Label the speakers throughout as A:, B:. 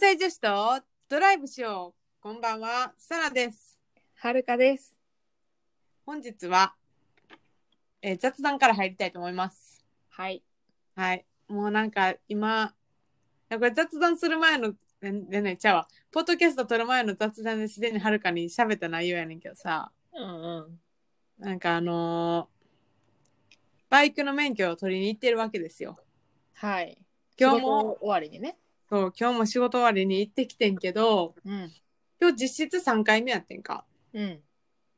A: 代女子とドライブしよう。こんばんは、サラです。
B: はるかです。
A: 本日は、えー雑談から入りたいと思います。
B: はい。
A: はい。もうなんか今、いやこれ雑談する前の、ででね、ちゃうわ。ポッドキャスト撮る前の雑談ですでにはるかに喋った内容やねんけどさ、
B: うんうん。
A: なんかあのーバイクの免許を取りに行ってるわけですよ。
B: はい。
A: 今日も、
B: 終わりにね。
A: そう、今日も仕事終わりに行ってきてんけど、
B: うん。
A: 今日実質3回目やってんか。
B: うん。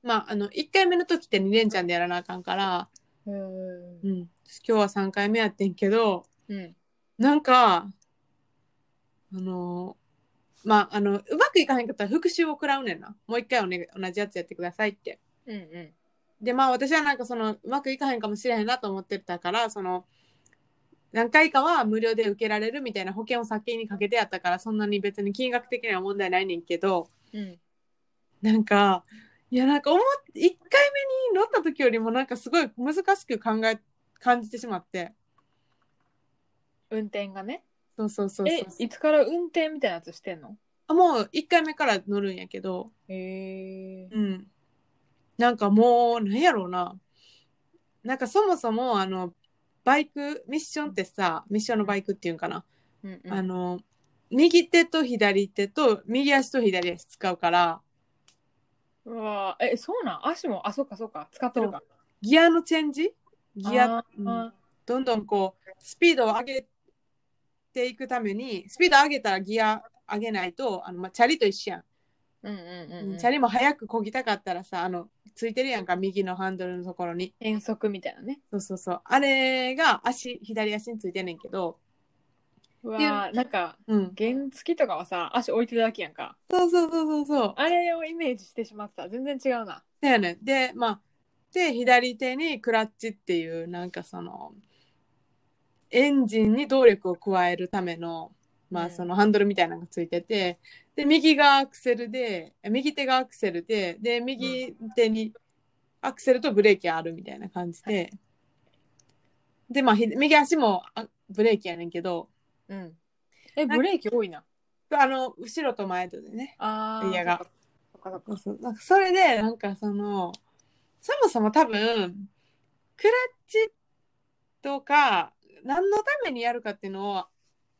A: まあ、あの、1回目の時って2連チャンでやらなあかんから、
B: う。
A: うんん、今日は3回目やってんけど、
B: うん。
A: なんか、あのーまあ、あの、うまくいかへんかったら復習を食らうねんな。もう一回お、ね、同じやつやってくださいって。
B: うん。う
A: で、まあ私はなんかその、うまくいかへんかもしれへんなと思ってたから、その、何回かは無料で受けられるみたいな保険を先にかけてやったから、そんなに別に金額的には問題ないねんけど、
B: ん。うん。
A: なんか、いや、なんか思っ、1回目に乗った時よりもなんかすごい難しく考え、感じてしまって。
B: 運転がね。
A: そうそうそうそう
B: え、いつから運転みたいなやつしてんの
A: あ。もう1回目から乗るんやけど、
B: へえ。
A: うん。なんかもう、なんやろうな。なんかそもそも、あの、バイク、ミッションってさ、ミッションのバイクっていうんかな。
B: うん
A: あの、右手と左手と右足と左足使うから、
B: うん。うわーえ、そうなん足も、あ、そうかそうか。使ってるか。
A: ギアのチェンジギア、
B: あー
A: うんどんどんこうスピードを上げていくためにスピード上げたらギア上げないとあの、まあ、チャリと一緒やん、
B: うんうんうん。
A: チャリも早くこぎたかったらさあのついてるやんか右のハンドルのところに
B: 変速みたいなね。
A: そうそうそうあれが足左足についてんねんけど、
B: うわーなんか、
A: うん、
B: 原付とかはさ、足置いてるだけやんか。
A: そうそうそうそうそう
B: あれをイメージしてしまってた。全然違うな。
A: だよねでまあで左手にクラッチっていうなんかそのエンジンに動力を加えるためのま
B: う
A: あ
B: ん
A: そのハンドルみたいなのがついててで右がアクセルでえ右手がアクセルでで右手にアクセルとブレーキあるみたいな感じで、でまあひ右足もあブレーキやねんけど
B: うん。
A: な
B: え、
A: んか
B: ブレーキ多いな。
A: あの後ろと前とでね
B: ああ。
A: いやが
B: そっかそっか。
A: そうそうなんかそれでなんかそのそもそも多分クラッチとか何のためにやるかっていうのを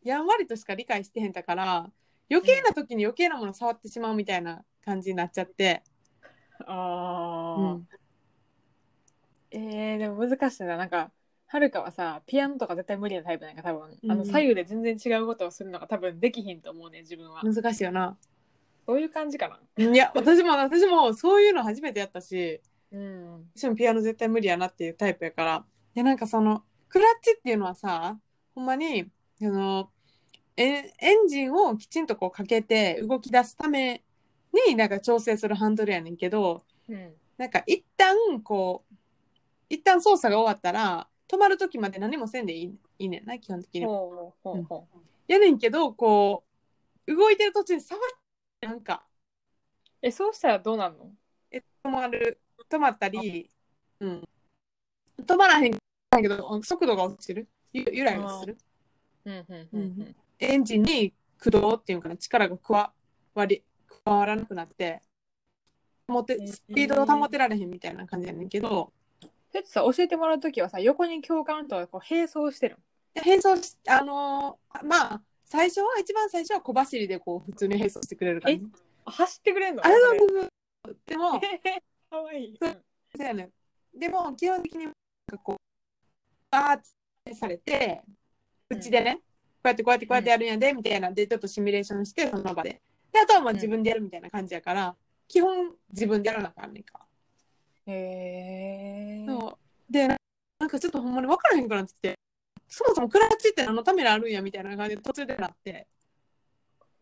A: やんわりとしか理解してへんだから余計な時に余計なもの触ってしまうみたいな感じになっちゃって、
B: あ
A: う
B: あ、
A: ん
B: えー、でも難しいななんかはるかはさピアノとか絶対無理なタイプなんか多分、あ
A: う
B: の
A: ん
B: 左右で全然違うことをするのが多分できひんと思うね自分は、
A: 難しいよな
B: そういう感じかない
A: や私も私もそういうの初めてやったし
B: うん
A: 私もピアノ絶対無理やなっていうタイプやからでなんかそのクラッチっていうのはさほんまにあのえエンジンをきちんとこうかけて動き出すためになんか調整するハンドルやねんけど
B: うん
A: なんか一旦こう一旦操作が終わったら止まる時まで何もせんでいいいいねんな基本的には。
B: ほうほうほう
A: やねんけどこう動いてる途中に触ってなんか
B: えそうしたらどうなんの
A: 止まる止まったり、うん、止まらへんけど速度が落ちるゆゆらゆらする
B: うんうんうんうん
A: エンジンに駆動っていうかな力が加わり加わらなくなって保てスピードを保てられへんみたいな感じやねんけど
B: それってさ教えてもらう時はさ横に教官とはこう並走してる
A: で並走しあのーまあ最初は一番最初は小走りでこう普通に並走してくれる感じ
B: の走ってくれんの
A: あそう
B: う
A: でも
B: かわいい
A: そうやねんでも基本的になんかこうバーってされてうちでね、こうやってこうやってこうやってやるんやでみたいなんでちょっとシミュレーションしてその場でであとはまあ
B: うん
A: 自分でやるみたいな感じやから、基本自分でやらなあかんねんか、
B: へえ
A: そうでなんかちょっとほんまに分からへんくなってきてそもそもクラッチって何のためにあるんやみたいな感じで途中でなって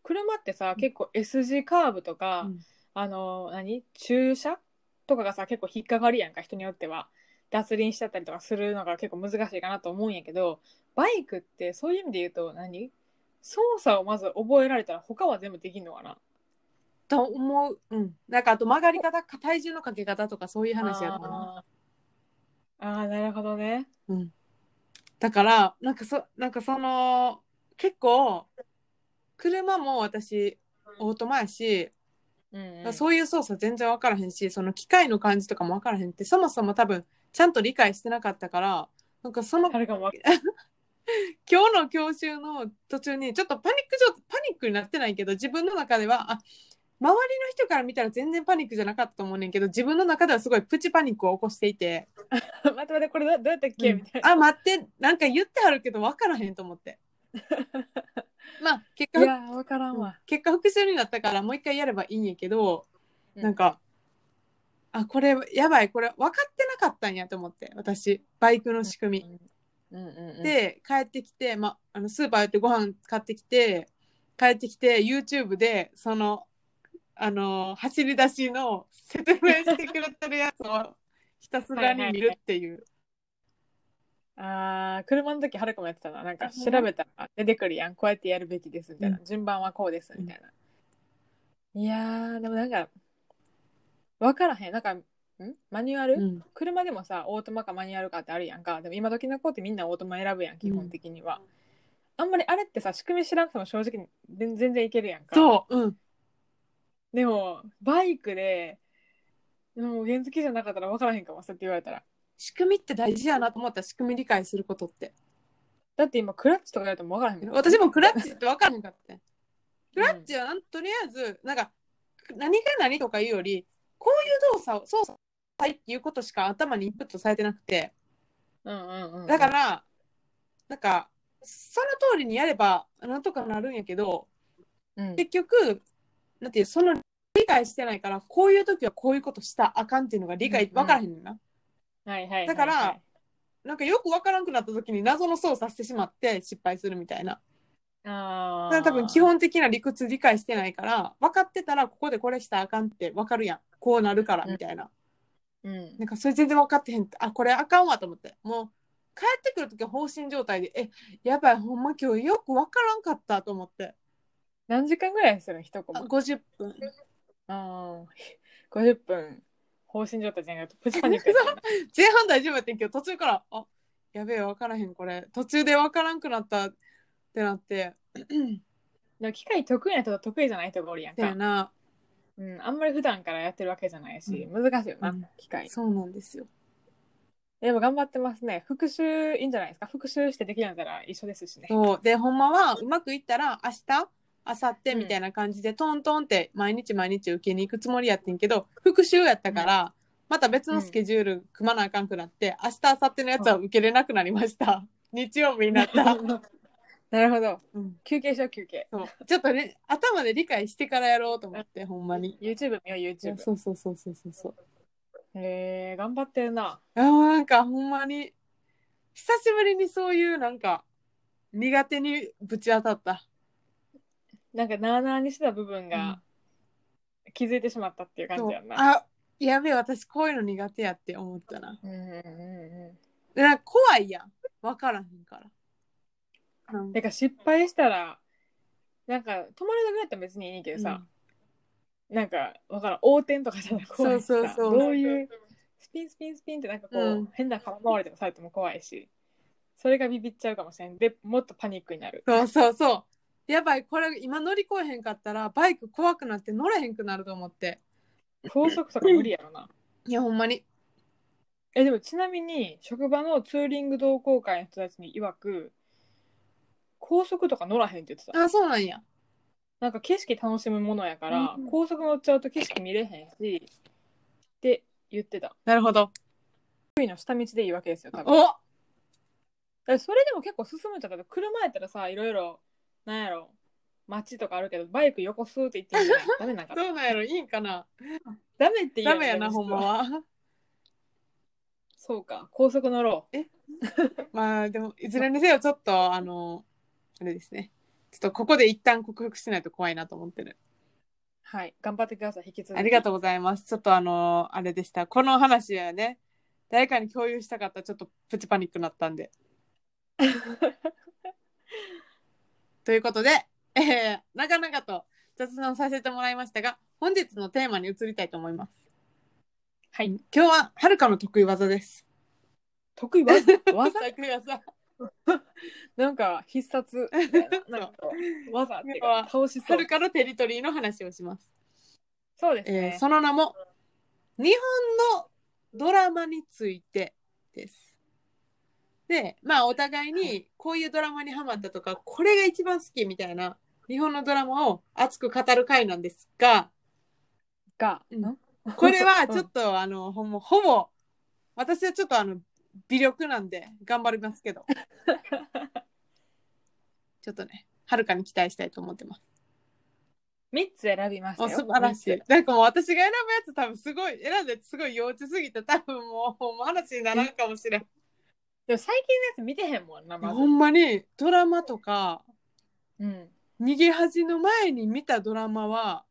B: 車ってさ結構 S 字カーブとか、
A: うん
B: あの何駐車とかがさ結構引っかかるやんか人によっては脱輪しちゃったりとかするのが結構難しいかなと思うんやけどバイクってそういう意味で言うと何操作をまず覚えられたら他は全部できんのかな
A: と思ううんなんかあと曲がり方か体重のかけ方とかそういう話やからな
B: あーあーなるほどね
A: だからなんかそなんかその結構車も私オートマやし、
B: うん
A: まあ
B: う
A: そういう操作全然分からへんしその機械の感じとかも分からへんってそもそも多分ちゃんと理解してなかったからなんかその
B: んあるかもわ
A: 今日の教習の途中にちょっとパニック状パニックになってないけど自分の中ではあ周りの人から見たら全然パニックじゃなかったと思うねんけど自分の中ではすごいプチパニックを起こしていて、
B: 待って待ってこれどどうやったっけ、みたいな
A: あ待ってなんか言ってあるけど分からへんと思 ってまあ結
B: い
A: 果
B: やわからんわ、
A: 結果復習になったからもう一回やればいいんやけど、
B: うん
A: なんかあこれやばいこれ分かってなかったんやと思って私バイクの仕組み。
B: うんうんうん、
A: で帰ってきて、ま、あのスーパー寄ってご飯買ってきて帰ってきて YouTube でそのあの走り出しの説明してくれてるやつをひたすらに見るっていう
B: あー車の時はるかもやってたななんか
A: あほ
B: 調
A: んま
B: べたら出てくるやんこうやってやるべきですみたいな、
A: う
B: 順番はこうですみたいな、いやーでもなんか分からへんなんかんマニュアル、
A: うん
B: 車でもさオートマかマニュアルかってあるやんかでも今時の子ってみんなオートマ選ぶやん基本的には、あんまりあれってさ仕組み知らなくても正直全全然いけるやんか
A: そう、うん、
B: でもバイクでもう原付じゃなかったら分からへんかもそうやって言われたら
A: 仕組みって大事やなと思った仕組み理解することって
B: だって今クラッチとかやるとも分からへんもん
A: 私もクラッチって分からへんかったね
B: う
A: ク
B: ん
A: ラッチはなんとりあえずなんか何が何とかいうよりこういう動作を操作したいっていうことしか頭にインプットされてなくて
B: うんうんうんうん
A: だから、なんか、その通りにやれば、なんとかなるんやけど、
B: うん
A: 結局、なんていう、その理解してないから、こういう時はこういうことしたらあかんっていうのが理解
B: うんうん
A: 分からへんねんな。
B: はいはいはいはい
A: だから、なんかよく分からんくなった時に謎の操作してしまって失敗するみたいな。
B: あ
A: だか
B: ー
A: ら多分基本的な理屈理解してないから、分かってたらここでこれしたらあかんって分かるやん。こうなるからみたいな。
B: うん
A: なんかそれ全然分かってへんってあこれあかんわと思ってもう帰ってくる時は放心状態でえやばいほんま今日よく分からんかったと思って
B: 何時間ぐらいするん一コ
A: あ
B: マ
A: 50分
B: あー50分放心状態じゃないとプチパ ニックやったね
A: 前半大丈夫やってんけど途中からあやべえ分からへんこれ途中で分からんくなったってなって
B: でも機械得意な人と得意じゃない人がおるやん
A: だよ
B: か、
A: な
B: うん、あんまり普段からやってるわけじゃないし、難しいよな、
A: うん
B: 機械
A: そうなんですよ
B: でも頑張ってますね復習いいんじゃないですか復習してできるんだったら一緒ですしね、
A: そうでほんまはうまくいったら明日明後日みたいな感じで、トントンって毎日毎日受けに行くつもりやってんけど復習やったから、また別のスケジュール組まなあかんくなって、明日明後日のやつは受けれなくなりました、 日曜日になった
B: なるほど
A: うん
B: 休憩しよう休憩
A: そうちょっとね頭で理解してからやろうと思ってほんまに
B: YouTube 見よう
A: そう
B: YouTube
A: そうそうそうそうそう
B: へえ頑張ってるな
A: あーなんかほんまに久しぶりにそういうなんか苦手にぶち当たった
B: なんかなあなあにしてた部分が気づいてしまったっていう感
A: そう
B: じやんな、
A: あやべえ私こういうの苦手やって思ったな
B: うんうんうんう
A: でなんか怖いやん。わからへんから。なん
B: ん。
A: か
B: てか失敗したら、なんか止まるだけだったら別にいいけどさ、なんかわからん、横転とかじゃなくて怖いしさ
A: そうそうそう
B: どういう、スピンスピンスピンってなんかこう、
A: うん
B: 変な空回りとかされても怖いし、それがビビっちゃうかもしれん。で、もっとパニックになる。
A: そうそうそう。やばい、これ今乗り越えへんかったら、バイク怖くなって乗れへんくなると思って。
B: 高速とか無理やろな。
A: いや、ほんまに。
B: え、でもちなみに、職場のツーリング同好会の人たちに曰く、高速とか乗らへんって言ってた。
A: あ、そうなんや。
B: なんか景色楽しむものやから、
A: うん
B: 高速乗っちゃうと景色見れへんし、って言ってた。
A: なるほど。
B: 得意の下道でいいわけですよ、多分。だか
A: お
B: らそれでも結構進むんちゃうけど、車やったらさ、いろいろ、なんやろ、街とかあるけど、バイク横スーって行ってんじゃ ないダメなんかな
A: どうなんやろいいんかな
B: ダメって言う
A: ダ
B: よね
A: メやな、
B: 実
A: ほんま。は。
B: そうか、高速乗ろう。
A: まあ、でも、いずれにせよ、ちょっと、あの、あれですね。ちょっとここで一旦克服しないと怖いなと思ってる。
B: はい、頑張ってください、引き続き。
A: ありがと
B: う。
A: うございます。ちょっとあの、あれでした。この話はね、誰かに共有したかった。ちょっとプチパニックになったんで。 ということで、えー、長々と雑談させてもらいましたが、本日のテーマに移りたいと思います。
B: はい、
A: 今日は、はるかの得意技です。
B: 得意技技
A: 得意技。
B: なんか 必殺みたいななんかこう技っていうか倒しそう
A: 遥かのテリトリーの話をします。
B: そうです
A: え
B: ね
A: ー、その名も日本のドラマについてです。でまあお互いにこういうドラマにハマったとかこれが一番好きみたいな日本のドラマを熱く語る回なんです が
B: が、
A: うん
B: ん
A: これはちょっとあのほんもほぼ私はちょっとあの微力なんで頑張りますけどちょっとねはるかに期待したいと思ってます。
B: 3つ選びました
A: お
B: よ
A: 素晴らしい
B: 三。
A: なんかもう私が選ぶやつ多分すごい選んだやつすごい幼稚すぎて多分もうもう話にならんかもしれん。
B: つでも最近のやつ見てへんもんなまず
A: ほ、んまにドラマとか
B: うん
A: 逃げ恥の前に見たドラマは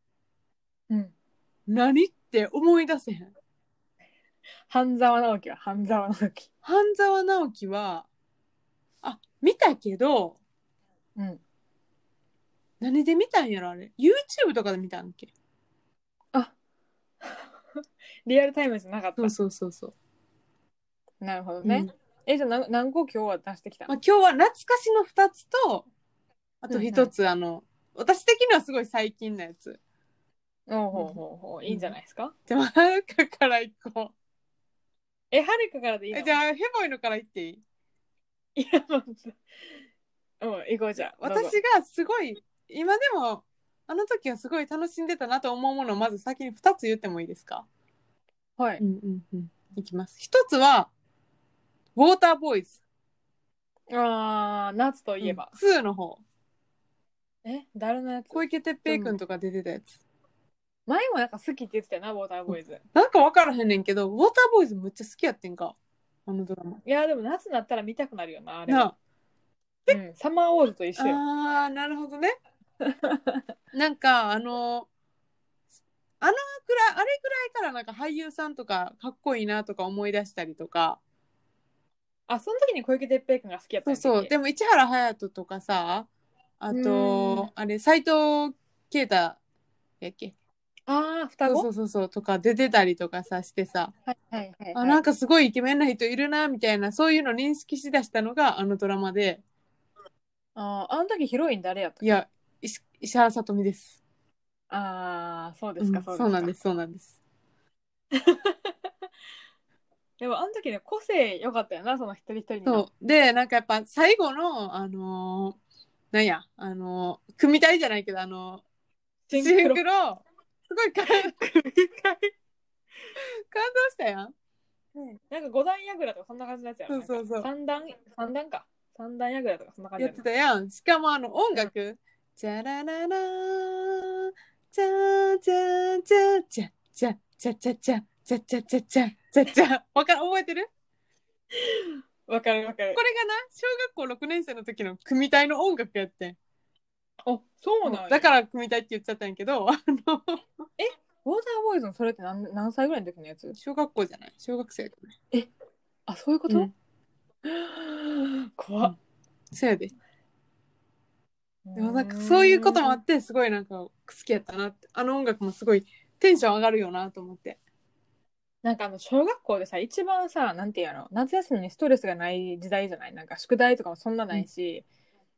B: うん、
A: 何って思い出せへん。
B: 半沢直樹は半沢直樹
A: 半沢直樹はあ見たけど
B: うん
A: 何で見たんやろあれ YouTube とかで見たんっけ
B: あリアルタイムじゃなかった
A: そうそうそうそう。
B: なるほど
A: ね
B: ね、えじゃあ何何個今日は出してきた
A: ま
B: の
A: あ、今日は懐かしの2つとあと1つ、あの私的にはすごい最近のやつ。
B: おうほうほうほういいんじゃないですか、
A: じゃあ、はるかから行こ
B: えはるかからで
A: う。
B: いい
A: え
B: の
A: じゃあ、ヘボイのから行っていい
B: いやもううん行こうじゃあどう
A: 私
B: ぞ
A: がすごい、今でも、あの時はすごい楽しんでたなと思うものをまず先に2つ言ってもいいですか
B: はい、
A: んうんうん。いきます。1つは、ウォーターボーイズ。
B: あー夏といえば、
A: 2の方。
B: え誰のやつ
A: 小池徹平くんとか出てたやつ。
B: 前もなんか好きって言ってたよなウォーターボーイズ、
A: なんか分からへんねんけど、ウォーターボーイズむっちゃ好きやってんか。あのドラマ。
B: いやでも夏になったら見たくなるよなあれ
A: なあ
B: は、うん、サマーウォーズと一緒よ
A: ああーなるほど ねなんかあのあのくらいあれくらいからなんか俳優さんとかかっこいいなとか思い出したりとか
B: あその時に小池徹平君が好きやった
A: そ
B: ん
A: う
B: やっ
A: そ
B: たっ
A: う
B: け
A: でも市原隼人とかさあ
B: うん
A: とあれ斎藤圭太やっけ
B: ああ双
A: そ
B: 子
A: うそうそうそうとか出てたりとかさしてさ
B: はいはいはい、
A: あなんかすごいイケメンな人いるなみたいなそういうの認識しだしたのがあのドラマで
B: あーあの時ヒロイン誰やったっけ
A: いや石石原さとみです
B: ああそうですか、
A: うん
B: そうですか
A: そうなんですそうなんです
B: でもあの時ね個性良かったよなその一人一人に
A: そうでなんかやっぱ最後のあのーなんやあのー組み体じゃないけどあの
B: シ
A: ー
B: ン
A: シン
B: ク
A: ク
B: ロ
A: ロすごい感感動したやん
B: なんか五段矢倉とかそんな感じのやつやろ
A: そうそうそう
B: なんか三段三段か三段矢倉とかそんな感じ
A: や
B: や
A: っ
B: な
A: てたやんしかもあの音楽「チャラララーチャチャチャチャチャチャチャチャチャチャチャチャチャチャ」わか覚えてる
B: わかるわかる
A: これがな小学校6年生の時の組み体の音楽やってん
B: あそうなんや
A: だから組み体って言っちゃったんやけどあの
B: ウォーターボーイズのそれって何何歳ぐらいの時のやつ
A: 小学校じゃない小学生
B: あそういうこ
A: う
B: と
A: ん、
B: 怖っ
A: そうやででもなんかそういうこともあってすごいなんか好きやったなってあの音楽もすごいテンション上がるよなと思 って
B: なんかあの小学校でさ一番さなんていうの夏休みにストレスがない時代じゃないなんか宿題とかもそんなないし、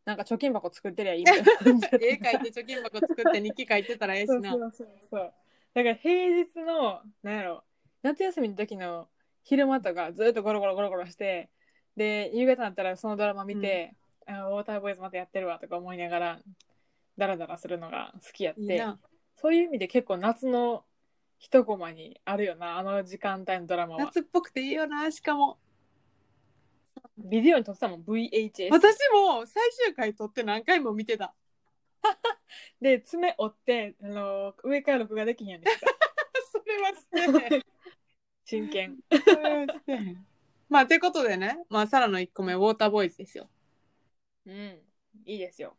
B: なんか貯金箱作ってりゃいいみたいな感じだった
A: 絵描いて貯金箱作って日記書いてたらええし
B: そう
A: な
B: そうそうそうだから平日のなんやろ夏休みの時の昼間とかずっとゴロゴロゴロゴロしてで夕方になったらそのドラマ見て、あウォーターボーイズまたやってるわとか思いながらダラダラするのが好きやって
A: いいな
B: そういう意味で結構夏の一コマにあるよなあの時間帯のドラマは
A: 夏っぽくていいよなしかも
B: ビデオに撮ってたもん VHS
A: 私も最終回撮って何回も見てた
B: で爪折って、あの上から録画できへんようにし てた
A: それはしてへ ん
B: 真剣
A: それはしてへんまあてことでねまあサラの1個目ウォーターボーイズですよ
B: うんいいですよ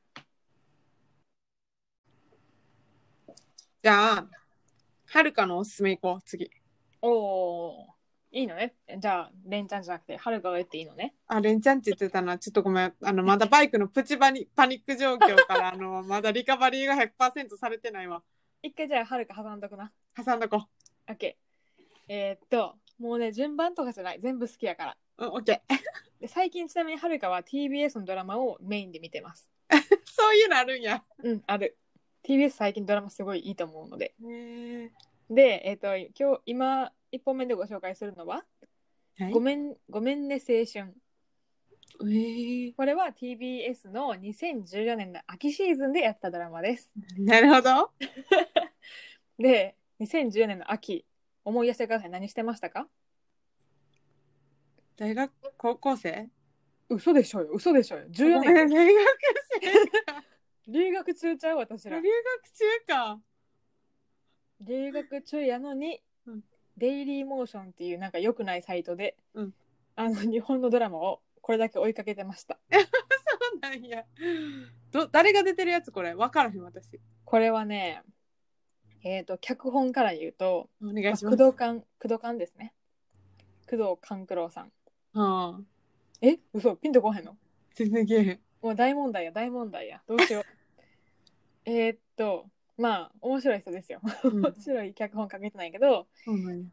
A: じゃあはるかのおすすめいこう次
B: おおいいのねじゃあレンちゃんじゃなくてはるかが言っていいのね
A: あ、レンちゃんって言ってたな。ちょっとごめん。あの、まだバイクのプチパニパニック状況から、あの、まだリカバリーが100%されてないわ。
B: 一回じゃあはるか挟んどくな
A: 挟んどこ
B: OK えー、っともうね順番とかじゃない全部好きやから
A: う。うん、オッケ
B: で最近ちなみにはるかは TBS のドラマをメインで見てます
A: そういうのあるんや。
B: うんある TBS 最近ドラマすごいいいと思うので
A: へえ。
B: でえっ、と今日今1本目でご紹介するのは「
A: はい
B: ごめんごめんね青春」
A: へえ。
B: これは TBS の2014年の秋シーズンでやったドラマです
A: なるほど。
B: で2014年の秋思い出してください何してましたか
A: 大学高校生。
B: 嘘でしょよ嘘でし ょよ
A: ご
B: 14
A: めん
B: 年
A: 大学生か。
B: 留学中ちゃう私
A: 留
B: ら
A: 学中か。
B: 留学中やのに、
A: うん
B: デイリーモーションっていうなんか良くないサイトで、
A: うん
B: あの日本のドラマをこれだけ追いかけてました
A: そうなんや。ど誰が出てるやつこれわからへん私。
B: これはねえっ、と脚本から言うと
A: お願いし
B: ま
A: ま
B: あ
A: す。
B: 工藤官工藤官ですね工藤官九郎さん
A: はあ、
B: え嘘ピンとこおへんの
A: 全然ゲー
B: もう大問題や大問題やどうしよう えーっとまあ面白い人ですよ
A: ム。
B: 面白い脚本書けてないけど
A: そうなんや。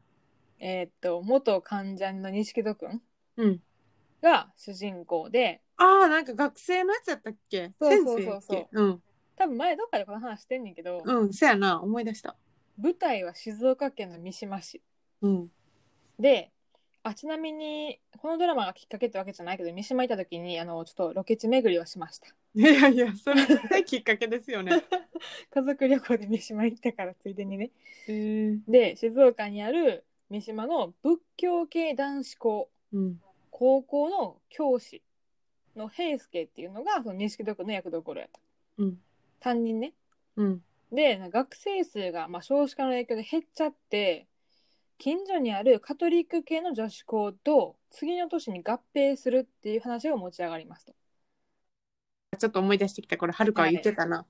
B: えーっと元患者の錦戸くん
A: うん。
B: が主人公で
A: ああ、なんか学生のやつやったっけ
B: そうそうそうそう
A: 先生やっけうん。
B: 多分前どっかでこの話してんねんけど、
A: うん、せやな、思い出した。
B: 舞台は静岡県の三島市
A: うん。
B: であちなみにこのドラマがきっかけってわけじゃないけど三島行った時にあのちょっとロケ地巡りをしました
A: いやいや、それ絶対きっかけですよ ね。
B: 家族旅行で三島行ったからついでにね
A: えー、
B: で静岡にある三島の仏教系男子校
A: うん。
B: 高校の教師の平介っていうのがその錦戸区の役どころやった
A: うん。
B: 担任ね
A: うん。
B: で学生数が、まあ、少子化の影響で減っちゃって近所にあるカトリック系の女子校と次の年に合併するっていう話が持ち上がりますと。
A: ちょっと思い出してきた。これ、はるかは言ってたな。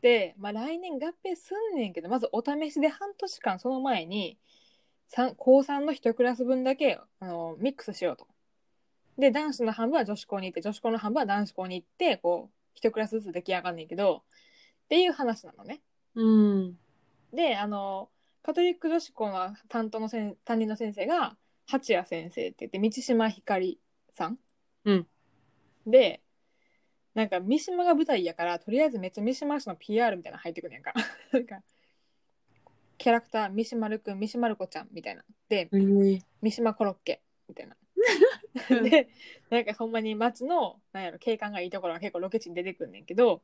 B: で、まあ、来年合併すんねんけどまずお試しで半年間その前に三高3の1クラス分だけあのミックスしようと。で男子の半分は女子校に行って女子校の半分は男子校に行ってこう1クラスずつ出来上がんねんけどっていう話なのね。
A: うん。
B: であのカトリック女子校の担当のせん担任の先生が八谷先生って言って満島ひかりさん、
A: うん、
B: でなんか三島が舞台やからとりあえずめっちゃ三島市の PR みたいなの入ってくるやんか なんかキャラクター三島るくん三島る子ちゃんみたいなで
A: えー、
B: 三島コロッケ みたいなでなんかほんまに町のなんやろ景観がいいところが結構ロケ地に出てくんねんけど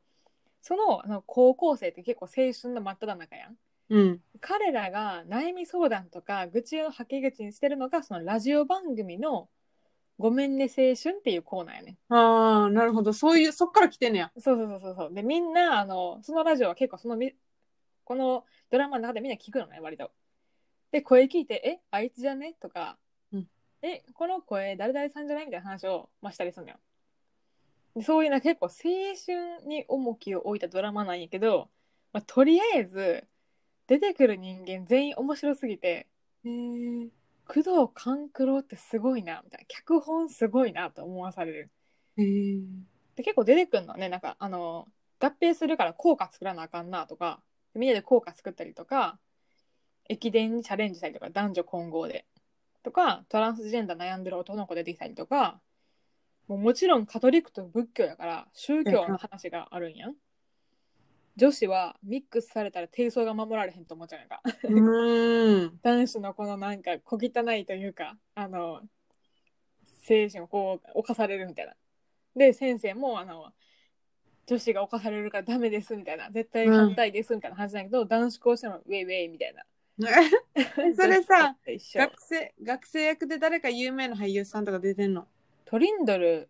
B: そのあの高校生って結構青春の真っ只中やん
A: うん。
B: 彼らが悩み相談とか愚痴を吐き口にしてるのがそのラジオ番組の「ごめんね青春」っていうコーナーやね
A: ああ、なるほど。そういう、そっから来てんねや。
B: そうそうそうそうそうでみんなあのそのラジオは結構そのみこのドラマの中でみんな聞くのね割とで声聞いて「えあいつじゃね?」とか
A: うん
B: 「えこの声誰々さんじゃない?」みたいな話を、まあ、したりするのよでそういうな結構青春に重きを置いたドラマなんやけど、まあ、とりあえず出てくる人間全員面白すぎて
A: えー、
B: 工藤官九郎ってすごいなみたいな脚本すごいなと思わされる
A: えー、
B: で結構出てくるのはねなんかあの合併するから効果作らなあかんなとかみんなで効果作ったりとか駅伝にチャレンジしたりとか男女混合でとかトランスジェンダー悩んでる男の子出てきたりとかもうもちろんカトリックと仏教やから宗教の話があるんやん女子はミックスされたら低層が守られへんと思っちゃうやんか
A: うーん。
B: 男子のこのなんか小汚いというかあの精神をこう犯されるみたいなで先生もあの女子が犯されるからダメですみたいな絶対反対ですみたいな話なんだけど、男子校してもウェイウェイみたいな
A: それさ
B: 女子と一緒
A: 学生、学生役で誰か有名な俳優さんとか出てんの。
B: トリンドル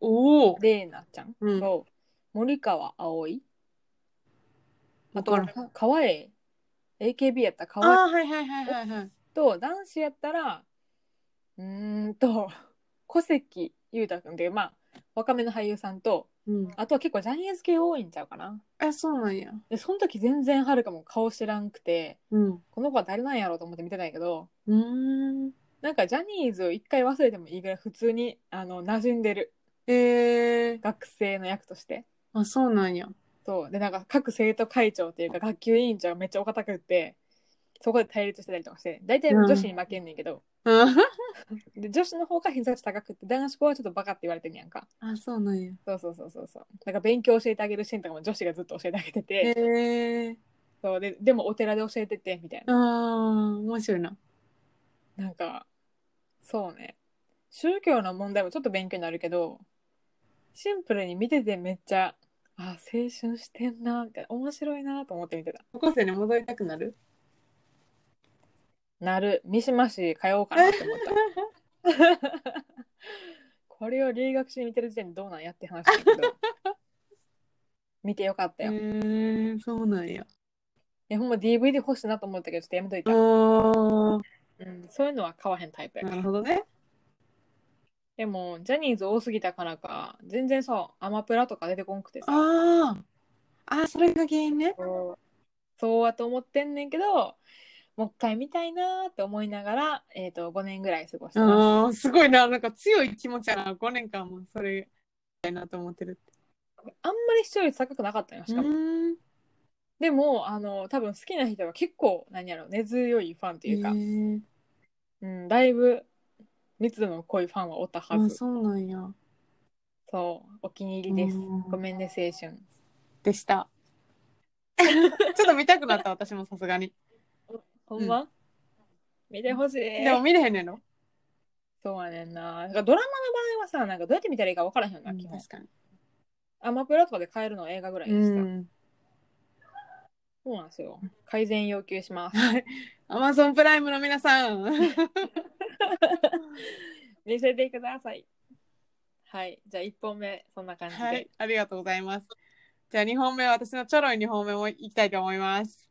A: おお。
B: 玲奈ちゃん
A: うん
B: と、森川葵あ
A: わ
B: と
A: からん
B: か川栄 AKB やったら
A: ああ
B: 川栄
A: ー、はいはいはいはいはい。
B: と男子やったらうーんと小関裕太君っていうまあ若めの俳優さんと
A: うん。
B: あとは結構ジャニーズ系多いんちゃうかな。
A: あ、そうなんや。
B: で、その時全然はるかも顔知らんくて、
A: うん。
B: この子は誰なんやろうと思って見てたんやけど、
A: うーん。
B: なんかジャニーズを一回忘れてもいいぐらい普通に、あの、馴染んでる。
A: えー、
B: 学生の役として。
A: あ、そうなんや。
B: そう。で、なんか各生徒会長っていうか学級委員長がめっちゃお堅くって、そこで対立してたりとかして、大体女子に負けんねんけど、
A: うん。
B: で女子の方が偏差値高くて男子校はちょっとバカって言われてんねやんか
A: あ、そうなんや。
B: そうそうそうそうそうなんか勉強教えてあげるシーンとかも女子がずっと教えてあげてて、
A: へえ。
B: そうででもお寺で教えててみたい
A: あ
B: な、
A: あ、面白いな。
B: なんかそうね宗教の問題もちょっと勉強になるけどシンプルに見ててめっちゃあ青春してんなみたいな面白いなと思って見てた
A: 高校生に戻りたくなる
B: なる三島市通おうかなって思ったこれを留学しに見てる時点でどうなんやって話だけど見てよかった
A: へ
B: よ、い
A: え、そうなんや。
B: やほんま DVD 欲しいなと思ったけどちょっとやめとい
A: あ
B: た、
A: あ、
B: うん、そういうのは買わへんタイプやか
A: な
B: ら
A: るほどね。
B: でもジャニーズ多すぎたからか全然そうアマプラとか出てこんくてさ
A: ああ、ああ、それが原因ね。
B: そうそうはと思ってんねんけどもう一回見たいなーって思いながら、えー、と5年ぐらい過ごしてます
A: ああ、すごいな。なんか強い気持ちやな。5年間もそれ、たいなと思ってる
B: あんまり視聴率高くなかったよ
A: って。
B: しかも、
A: ん。
B: でもあの多分好きな人は結構何やろ根強いファンというか、
A: へー
B: うん、だいぶ密度の濃いファンはおったは
A: あ
B: ず
A: そうなんや。
B: そうお気に入りです
A: うん
B: ごめんね青春
A: で した。ちょっと見たくなった、私もさすがに。
B: ほんま、見てほしい
A: でも見れへんねんの。
B: そうやねんななんかドラマの場合はさなんかどうやって見たらいいか分からへんよな、基本
A: かに。
B: アマプラとかで買えるのは映画ぐらいで
A: う
B: した、
A: ん。
B: そうなんですよ改善要求します
A: アマゾンプライムの皆さん。
B: 見せてくださいはいじゃあ1本目そんな感じで、
A: はい、ありがとうございます。じゃあ2本目、私のちょろい2本目もいきたいと思います。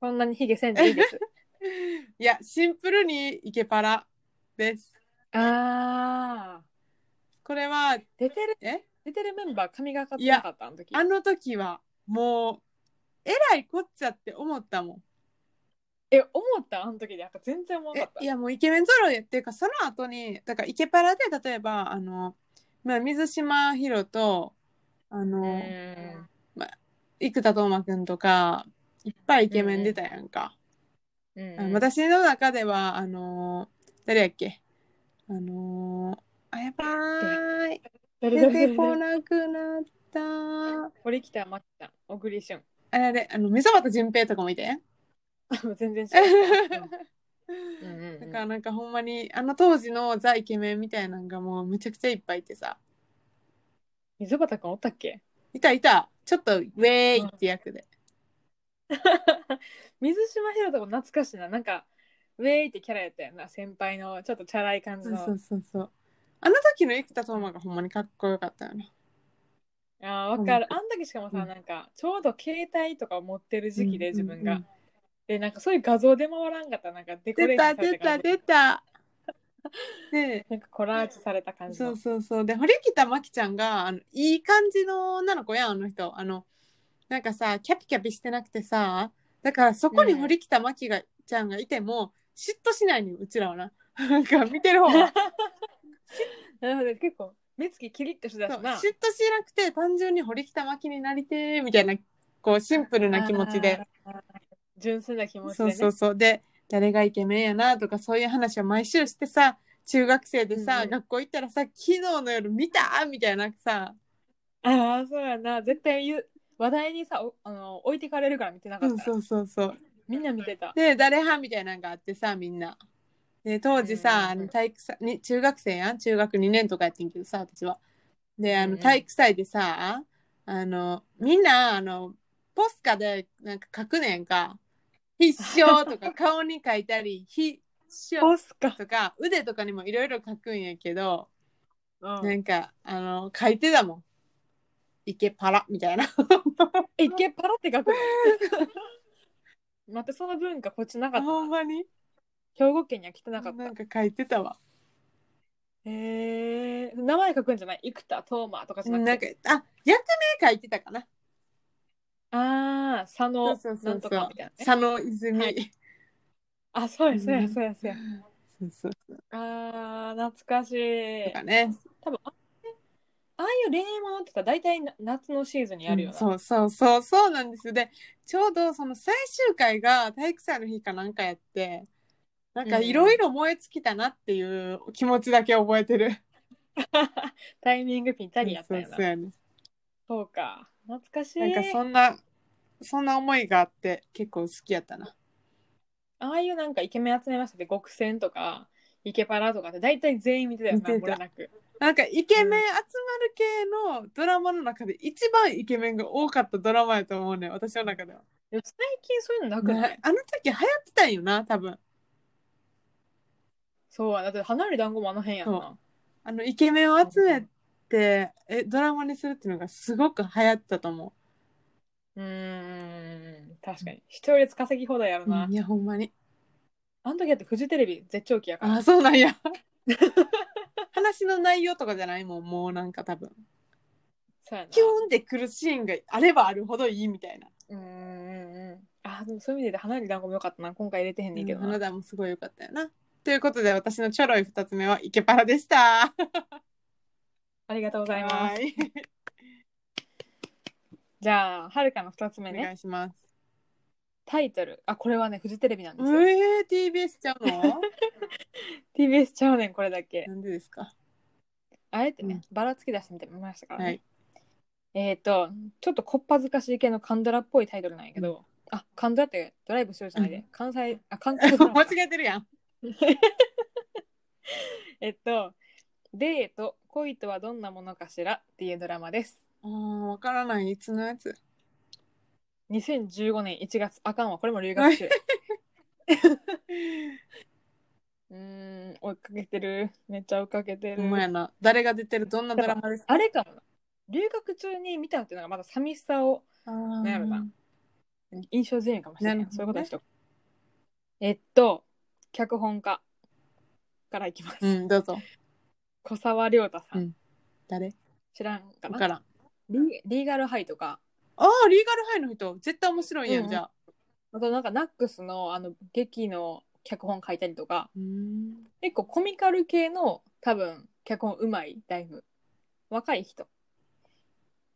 B: こんなにヒゲせんでいいです
A: いや、シンプルにイケパラです。
B: あー
A: これは、
B: 出てる
A: え
B: 出てるメンバー髪がかってなかったあの時
A: あの時はもう、えらいこっちゃって思ったもん。
B: え思ったあの時でなんか全然思わなかった
A: えいやもうイケメン揃いっていうかその後にだからイケパラで例えばあの、まあ、水島ヒロとあ
B: う
A: の、
B: ーん
A: 生田斗真君とかいっぱいイケメン出たやんか、
B: うん
A: あの私の中ではあの誰やっけあのあやばーい
B: 誰
A: 出
B: 々
A: て
B: 誰
A: こ
B: 々
A: なくなった
B: 堀北真希ちゃん小 栗旬
A: あれあれあの溝端淳平とかもいて
B: あもう全然違う うんうんうん
A: だからなんかほんまにあの当時のザ・イケメンみたいなのがもうめちゃくちゃいっぱいいてさ
B: 溝端くんおったっ け
A: いたいたちょっとウェーイって役で、
B: 水島ひろとも懐かしいななんかウェイってキャラやったよな先輩のちょっとチャラい感じの
A: そうそうそうそうあの時の生田斗真がほんまにかっこよかったよね
B: あーわかる
A: う
B: あん時しかもさ、
A: うん
B: なんかちょうど携帯とかを持ってる時期で
A: うんうんう
B: 自
A: ん
B: 分が、でなんかそういう画像出回らんかったなんかデコレ
A: 出
B: ーショ
A: た
B: ンされ
A: 出
B: た
A: た
B: 感
A: 出
B: じ
A: たで
B: なんかコラージュされた感じ
A: そ
B: の
A: うそうそうで堀北真希ちゃんがあのいい感じの女の子やんあの人あのなんかさキャピキャピしてなくてさだからそこに堀北真希が、ちゃんがいても嫉妬しないにうちらはな なんか見てる方は
B: なるほど結構目つきキリッとしてた
A: そう
B: し
A: 嫉妬
B: な
A: しなくて単純に堀北真希になりてーみたいなこうシンプルな気持ちで
B: あー純粋な気持ちで
A: そう
B: ね
A: そうそうで誰がイケメンやなとかそういう話を毎週してさ中学生でさ、
B: うんうん
A: 学校行ったらさ昨日の夜見たーみたいなさ、
B: ああそうやな絶対言う話題にさおあの置いてかれるから見てなか
A: う
B: った
A: ん、
B: ら、
A: そうそうそう
B: みんな見てた
A: で誰派みたいなのがあってさみんなで当時さ、
B: うんうんうん
A: あの体育祭に中学生やん中学2年とかやってんけどさ私はであ
B: うん
A: の
B: うん
A: 体育祭でさあのみんなあのポスカでなんか書くねんか必勝とか顔に書いたり必勝
B: 押すか、
A: とか腕とかにもいろいろ書くんやけど
B: うん
A: なんかあの書いてたもん「イケパラ」みたいな
B: えいけパラって書くの 待ってその文化こっちなかった
A: ほん
B: な
A: まに
B: 兵庫県には来て
A: な
B: なかった
A: んか書いてたわ
B: へえ名前書くんじゃない生田斗真とかじゃ
A: な
B: なん
A: か
B: くて
A: あ役名書いてたかな
B: ああ佐野
A: そうそうそうそう
B: なんとかみたいな、ね、
A: 佐野泉、
B: はあそうやそうやそうやそうや
A: そうそうそう
B: あー懐かし
A: と
B: い
A: かね
B: 多分あああいう恋愛ものってさ大体な夏のシーズンにやるよ
A: うん
B: な、
A: そうそうそうそうなんですよでちょうどその最終回が体育祭の日かなんかやってなんかいろいろ燃え尽きたなっていう気持ちだけ覚えてる。
B: タイミングぴったりやったよ
A: そう
B: な
A: そうやね
B: そうか懐かしい
A: なんかそんな、そんな思いがあって結構好きやったな。
B: ああいうなんかイケメン集めましたって極戦とかイケパラとかって大体全員見てたよな
A: 見て
B: 漏
A: た
B: れなく
A: なんかイケメン集まる系のドラマの中で一番イケメンが多かったドラマやと思うねん私の中では。
B: でも最近そういうのなくない、
A: ねあの時流行ってたんよな多分。
B: そうだって離れ団子もあの辺やんな
A: あのイケメンを集めてえドラマにするっていうのがすごく流行ったと思
B: うーん確かに視聴率稼ぎ放題やろ
A: う。
B: な、
A: うんいやほんまに。
B: あの時だってフジテレビ絶頂期やから
A: あそうなんや。 話の内容とかじゃないもんもうなんか多分。
B: そうやな
A: キュンってくるシーンがあればあるほどいいみたいな。
B: うーんあでもそういう意味で離れ団子もよかったな今回入れてへんねんけどな、
A: 花田もすごい良かったよな。ということで私のちょろい2つ目はイケパラでした。
B: ありがとうございま
A: は
B: す
A: い
B: じゃあはるかの2つ目
A: お
B: ね
A: 願いします。
B: タイトルあこれはねフジテレビなんですよ、
A: えー、TBS ちゃうの
B: TBS ちゃうねんこれだけ
A: なんでですか
B: あえてね、
A: うん
B: ばらつき出してみてみましたからね、
A: はい
B: えっ、とちょっとこっぱずかしい系のカンドラっぽいタイトルなんやけど、あカンドラってドライブしようじゃないで、
A: うん
B: 関西あ関東ドラ
A: 間
B: マ
A: 違えてるやん。
B: えっとデート恋とはどんなものかしらっていうドラマです
A: あーわからない。いつのやつ
B: 2015年1月あかんわこれも留 学中うーん追いかけてるめっちゃ追いかけて
A: ほ
B: る
A: んまやな。誰が出てるどんなドラマですか
B: あれかもな留学中に見たっていうのがまだ寂しさを
A: なん
B: やろな。印象強いかもしれな
A: な
B: い
A: るほどね
B: そういうことにしとこうえっと脚本家からいきます、
A: うん、どうぞ。
B: 小沢亮太さん、
A: うん誰
B: 知らんか
A: わ
B: な
A: からん。
B: リリーガルハイとか
A: ああ、リーガルハイの人。絶対面白いや
B: うん
A: ん、じゃあ。
B: あとなんかナックスのあの劇の脚本書いたりとか
A: うん。
B: 結構コミカル系の多分脚本うまいだいぶ若い人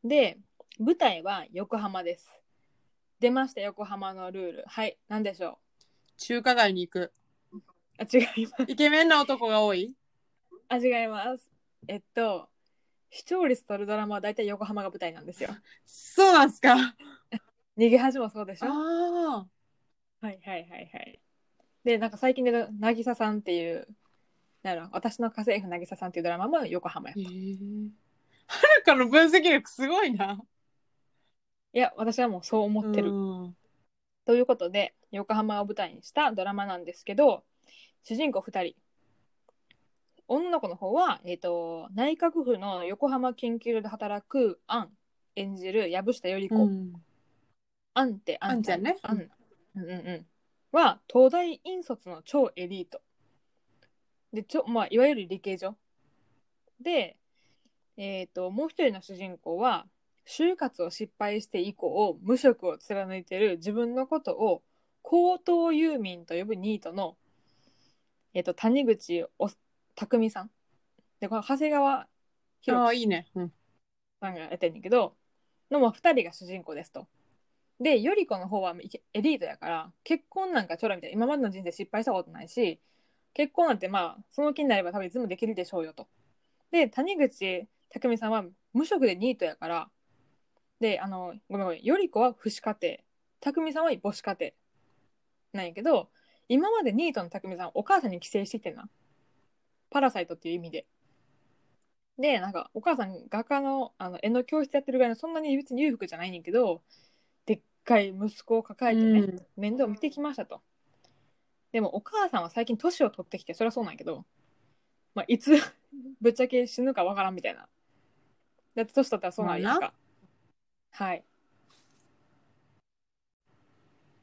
B: で舞台は横浜です出ました横浜のルールはい何でしょ
A: 中華街に行く。
B: うあ違います
A: イケメンな男が多い
B: あ違いますえっと視聴率取るドラマは大体横浜が舞台なんですよ
A: そうなんすか。あ
B: 逃げ恥もそうでしょは
A: あ
B: いはいはいはいでなんか最近で渚さんっていうなんやろ私の家政婦渚さんっていうドラマも横浜や
A: ー。へえ。はるかの分析力すごいな。
B: いや私はもうそう思ってる
A: うん
B: ということで横浜を舞台にしたドラマなんですけど主人公2人女の子の方は、えー、と内閣府の横浜研究所で働くアン演じる藪下頼子、
A: うん。
B: アンってア
A: アンちゃんね
B: アンうんうんうんは東大院卒の超エリートでちょ、まあ、いわゆる理系女で、えー、ともう一人の主人公は就活を失敗して以降無職を貫いてる自分のことを高等遊民と呼ぶニートの、えー、と谷口お匠さんでこの長谷川
A: あ
B: 博
A: あ、いいね。うん。
B: さんがやってんねんけどのまあ2人が主人公ですと。でより子の方はいけエリートやから結婚なんかちょろいみたいな今までの人生失敗したことないし結婚なんてまあその気になれば多分いつもできるでしょうよと。で谷口匠さんは無職でニートやからであのごめんごめんより子は不死家庭匠さんは母子家庭なんやけど今までニートの匠さんはお母さんに寄生してきてんなパラサイトっていう意味で。でなんかお母さん画家のあの絵の教室やってるぐらいのそんなに別に裕福じゃないねんけどでっかい息子を抱えてね、
A: うん
B: 面倒見てきましたとでもお母さんは最近年を取ってきてそりゃそうなんやけど、まあ、いつ ぶっちゃけ死ぬかわからんみたいなだって年取ったらそうなんやん
A: ま
B: かはい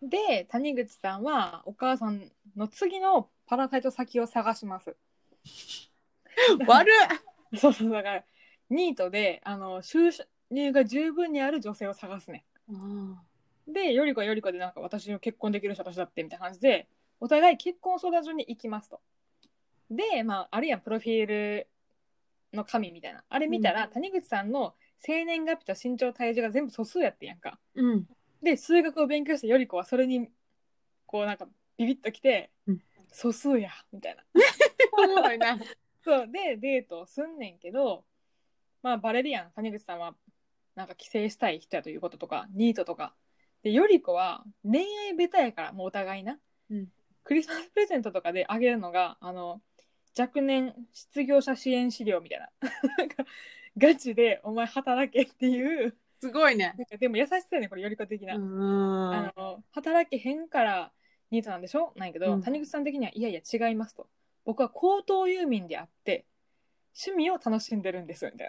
B: で谷口さんはお母さんの次のパラサイト先を探します
A: 悪っ
B: そうそうだからニートであの収入が十分にある女性を探すねでより子はより子でなんか私も結婚できる人私だってみたいな感じでお互い結婚相談所に行きますとでまああるやんプロフィールの紙みたいなあれ見たら、
A: うん
B: 谷口さんの生年月日と身長体重が全部素数やってんやんか
A: うん。
B: で数学を勉強したより子はそれにこうなんかビビッときて、
A: うん
B: 素数やみたいな
A: おもろいな。
B: そうでデートをすんねんけどまあバレリアン谷口さんはなんか帰省したい人やということとかニートとかでより子は恋愛ベタやからもうお互いな、
A: うん
B: クリスマスプレゼントとかであげるのがあの若年失業者支援資料みたいな なんかガチでお前働けっていう
A: すごいね。
B: なんかでも優しさやねこれより子的な、
A: うん。
B: あの働けへんからニートなんでしょないけど、
A: うん
B: 谷口さん的にはいやいや違いますと僕は高等遊民であって趣味を楽しんでるんですみたい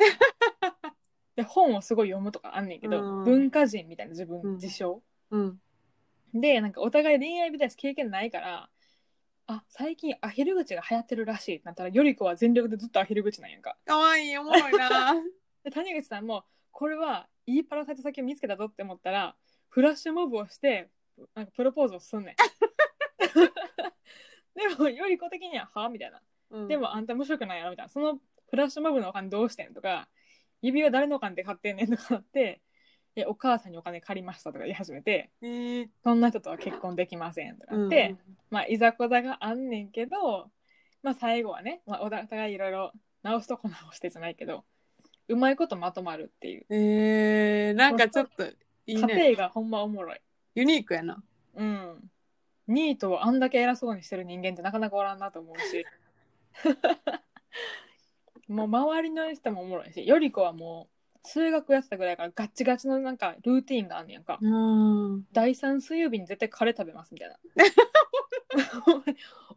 B: な で本をすごい読むとかあんねんけど、
A: うん
B: 文化人みたいな自分、
A: うん
B: 自称
A: うん。
B: でなんかお互い恋愛みたいな経験ないからあ最近アヒル口が流行ってるらしいってなったらより子は全力でずっとアヒル口なんやんか
A: かわいい、おもろいな。
B: で谷口さんもこれはいいパラサイト先を見つけたぞって思ったらフラッシュモブをしてなんかプロポーズをすんね ん。でもより子的には「はみたいな
A: う
B: 「
A: ん
B: で、もあんた無職なんやろ」みたいな「そのフラッシュモブのお金どうしてん?」とか「指輪誰のお金で買ってんねん」とかあって「いやお母さんにお金借りました」とか言い始めて
A: えー、
B: 「そんな人とは結婚できません」とかあって、まあいざこざがあんねんけど、まあ最後はね、まあ、お互いいろいろ直すとこ直してじゃないけど、うまいことまとまるっていう。
A: うん、えー、なんかちょっといい
B: 家
A: ね。
B: 庭がほんまおもろい。
A: ユニークやな。
B: うん。ニートをあんだけ偉そうにしてる人間ってなかなかおらんなと思う し。もう周りの人もおもろいし、より子はもう数学やってたぐらいからガッチガチのなんかルーティンがあんねやんか。
A: うん。
B: 第3水曜日に絶対カレー食べます みたいな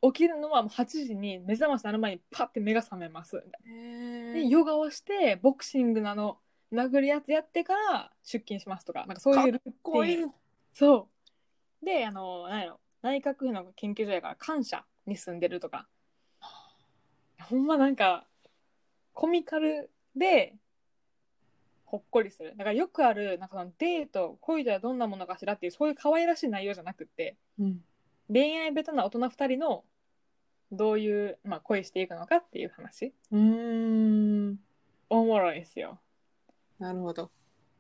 B: 起きるのはもう8時に目覚ましなる前にパッて目が覚めますみたい
A: え
B: な
A: ー
B: で、ヨガをしてボクシングなの殴るやつやってから出勤しますとかなんかそういうルーティン
A: こういう。
B: そうであの何やろ内閣府の研究所やから感謝に住んでるとかほんまなんかコミカルでほっこりするだからよくあるなんかそのデート恋とはどんなものかしらっていうそういう可愛らしい内容じゃなくって
A: うん。
B: 恋愛ベタな大人2人のどういう、まあ、恋していくのかっていう話
A: うーん。
B: おもろいですよ
A: なるほど。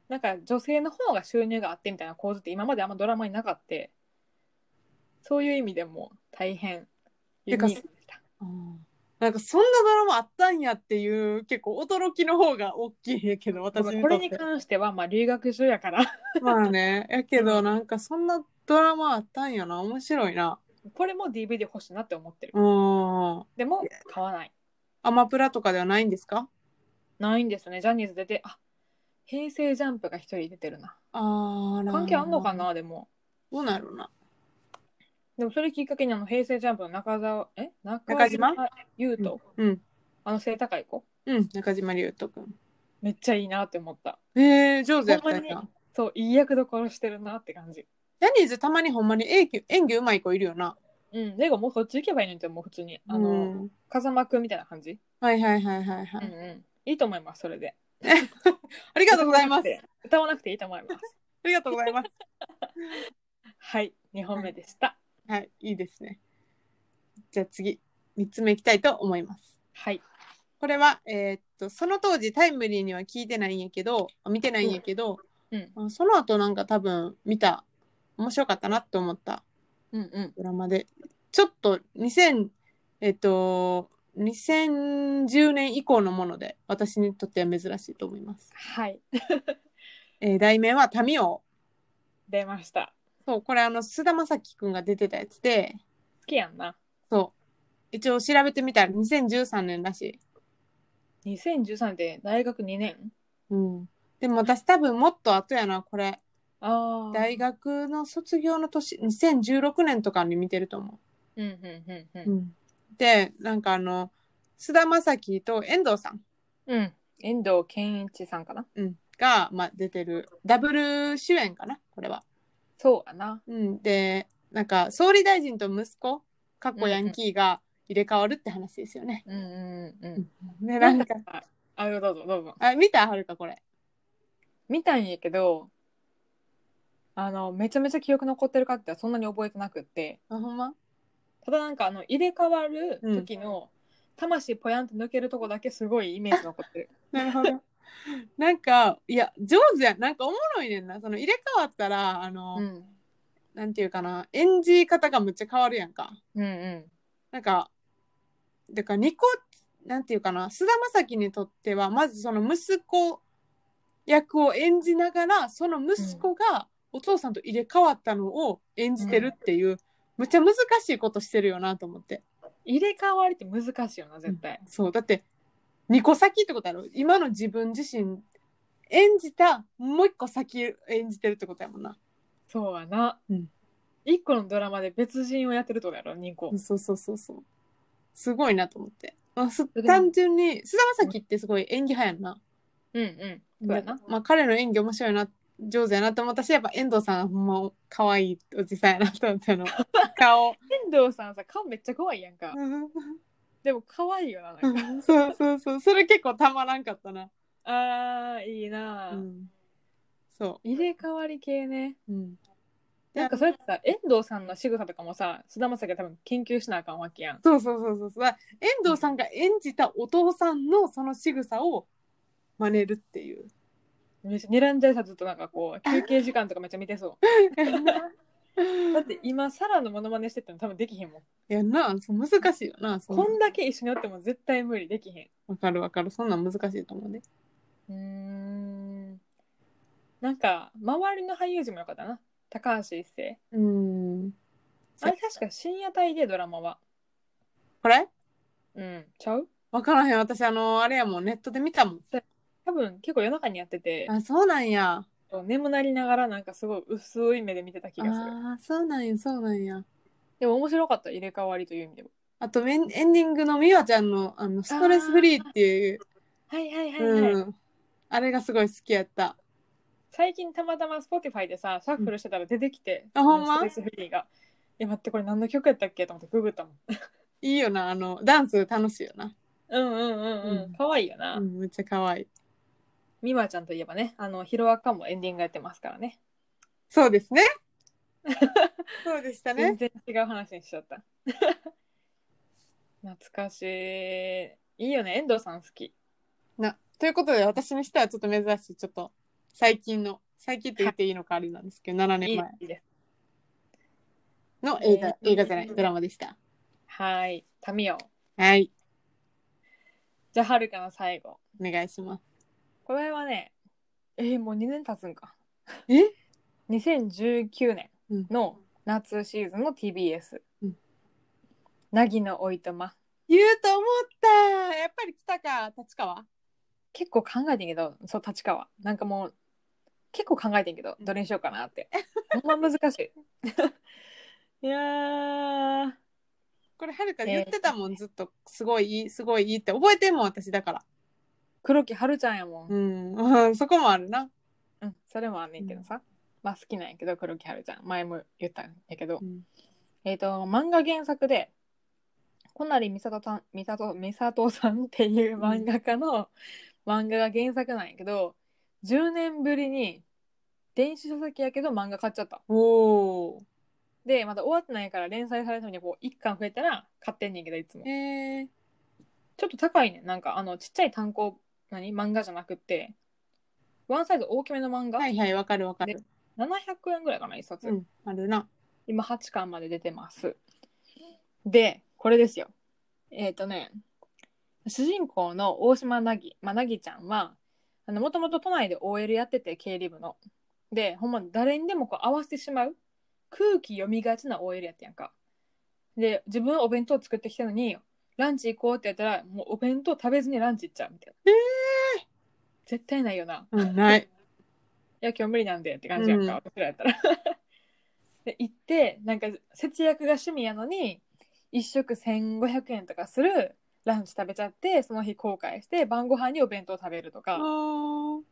B: なんか女性の方が収入があってみたいな構図って今まであんまドラマになかったそういう意味でも大変ユニークでした
A: なんかそんなドラマあったんやっていう結構驚きの方が大きいんやけど私に
B: ことれ
A: っ
B: に
A: て
B: 関してはまあ留学中やから
A: まあねやけどなんかそんなドラマあったんやな面白いな
B: これも DVD 欲しいなって思ってる
A: うん
B: でも買わない
A: アマプラとかではないんですか
B: ないんですねジャニーズ出てあ平成ジャンプが一人出てるな
A: あら
B: 関係あんのかなでも
A: どうなるな
B: でもそれきっかけにあの平成ジャンプの中澤え中
A: 中島
B: 島優斗、
A: うん
B: あの背高い子
A: うん中島龍斗くん
B: めっちゃいいなって思った
A: えー、上手やったんや
B: ほんま
A: な
B: そういい役どころしてるなって感じ
A: ジャニーズたまにほんまに演技演技うまい子いるよな
B: うん、レゴもうそっち行けばいいのにってもう普通にあの、
A: うん
B: 風間くんみたいな感じ、
A: はいはいはいはいは
B: う
A: い、
B: んうん、いいと思いますそれで
A: あり
B: あ
A: がとうございますあ
B: 歌わなくていいと思います
A: りがとうございます
B: はい2本目でした
A: はいいいですねじゃあ次3つ目いきたいと思います
B: はい
A: これは、えーっとその当時タイムリーには聞いてないんやけどあ見てないんやけど、
B: うん
A: あその後なんか多分見た面白かったなと思った
B: うんうん
A: ドラマでちょっと2000えーっと2010年以降のもので私にとっては珍しいと思います、
B: はい
A: えー題名は「民王
B: 出ました」
A: そうこれあの菅田将暉くんが出てたやつで
B: 好きやんな
A: そう一応調べてみたら2013年らしい
B: 2013年で大学2年
A: うんでも私多分もっと後やなこれ
B: ああ
A: 大学の卒業の年2016年とかに見てると思
B: うんうんうん
A: う、
B: うん
A: でなんかあの菅田将暉と遠藤さん、
B: うん遠藤健一さんかな
A: うん、が、まあ、出てるダブル主演かなこれは、
B: そうやな
A: うん、でなんか総理大臣と息子かっこヤンキーが入れ替わるって話ですよね、
B: うんうんうん
A: ね
B: うん
A: なんか
B: あどうぞどうぞ
A: あ見たはるかこれ
B: 見たんやけどあのめちゃめちゃ記憶残ってるかってそんなに覚えてなくって
A: あほんま
B: ただなんかあの入れ替わる時の魂ぽやんと抜けるとこだけすごいイメージ残ってる。
A: なるほどなんかいや上手やんなんかおもろいねんなその入れ替わったらあの、
B: うん、
A: なんていうかな演じ方がむっちゃ変わるやんか
B: うんうん
A: なんかだからニコなんていうかな菅田将暉にとってはまずその息子役を演じながらその息子がお父さんと入れ替わったのを演じてるっていう、むっちゃ難しいことしてるよなと思って
B: 入れ替わりって難しいよな、絶対。
A: そうだって2個先ってことやろ今の自分自身演じたもう一個先演じてるってことやもんな
B: そうやな。
A: うん
B: 一個のドラマで別人をやってるってことやろ、二個。
A: そうそうそうそうすごいなと思って、まあ、す
B: でも
A: 単純に菅田将暉ってすごい演技派やんな
B: うんうん。そうやな。
A: まあ、彼の演技面白いな上手やなと思ったしやっぱ遠藤さんほんま可愛いおじさんやなと思った の顔
B: 遠藤さんさ、顔めっちゃ怖いやんか。でも可愛いよな、なんか。
A: そうそうそうそれ結構たまらんかったな、
B: あー、いいな、
A: うんそ
B: 入れ替わり系ね。
A: う、うん、
B: なんかそうやってさ、遠藤さんの仕草とかもさ、菅田将暉は多分研究しなあかんわけやん。
A: そうそうそうそうそう遠藤さんが演じたお父さんのその仕草を真似るっていう
B: めっちゃ睨んじゃいさ、ずっとなんか こう、休憩時間とかめっちゃ見てそう。 だって今、サラのモノマネしてっても多分できへんもん。
A: いやなそう難しいよなそんな
B: こんだけ一緒におっても絶対無理できへん。
A: わかるわかるそんなん難しいと思うね
B: うーん。なんか、周りの俳優陣もよかったな。高橋一生。
A: うん
B: あれ確か深夜帯でドラマは。
A: これ
B: うん。ちゃう
A: わからへん私あのあれやもんネットで見たもん
B: 多分結構夜中にやってて、
A: あそうなんや
B: 眠なりながらなんかすごい薄い目で見てた気がする。
A: ああーそうなんやそうなんや
B: でも面白かった、入れ替わりという意味でも。
A: あとエンエンディングの美和ちゃんのあのストレスフリーっていう
B: はいはいは
A: うん、あれがすごい好きやった
B: 最近たまたま Spotify でさ、シャッフルしてたら出てきて、
A: あほんま
B: ストレスフリーが。いや待って、これ何の曲やったっけと思ってググったもん。
A: いいよなあのダンス楽しいよな、
B: うんうんうん
A: う
B: うんん。可愛いよな
A: う。ん、めっちゃ可愛い
B: 美和ちゃんといえばね、あの、ヒロアカもエンディングやってますからね。
A: そうです ねそうでした
B: 全
A: ね
B: 然違う話にしちゃった。 懐かしい。いいよね、遠藤さん好き。
A: なということで私にしてはちょっと珍しいちょっと最近の最近って言っていいのかあれなんですけど7
B: い
A: 年
B: い
A: 前
B: です。
A: の映画、
B: えー
A: 映画じゃないドラマでした
B: はい。タミオ。
A: はい
B: じゃあ、はるかの最後。
A: お願いします
B: これはね、えー、もう2年経つんか。
A: え
B: 2019年の夏シーズンの TBS。
A: うん
B: なぎのおいとま。
A: 言うと思ったやっぱり来たか立川
B: 結構考えてんけど、そう、立川。なんかもう、結構考えてんけど、どれにしようかなって。ほんま難し い。いやー。
A: これはるか言ってたもん、ずっとすごいいいすごいいいって覚えてんもん私だから
B: 黒木春ちゃんやもん。
A: うん、うん、 そこもあるな、
B: うん、それもあんねんけどさ。まあ好きなんやけど、黒木春ちゃん。前も言ったんやけど。えっ、と、漫画原作で、小成美里さん、美里、美里さんっていう漫画家の漫画が原作なんやけど、10年ぶりに電子書籍やけど漫画買っちゃった。
A: おお
B: で、まだ終わってないから連載されたのにこう1巻増えたら買ってんねんけど、いつも
A: へ。え
B: ちょっと高いねん。なんかあの、ちっちゃい単行、何漫画じゃなくって、ワンサイズ大きめの漫画、
A: はいはいわかるわかる
B: 700円ぐらいかな、一冊。
A: うんあるな
B: 今8巻まで出てます。で、これですよ。えっ、とね、主人公の大島なぎ、まあ、なぎちゃんは、あの、もともと都内で OL やってて、経理部の。で、ほんま誰にでもこう合わせてしまう。空気読みがちな OL やってやんか。で、自分はお弁当作ってきたのに、ランチ行こうってやったら、もうお弁当食べずにランチ行っちゃうみたいな。絶対ないよな。
A: うん ない
B: いや今日無理なんでって感じやんか、私らやったら で行ってなんか節約が趣味やのに1食1500円とかするランチ食べちゃってその日後悔して晩ご飯にお弁当食べるとか、
A: おー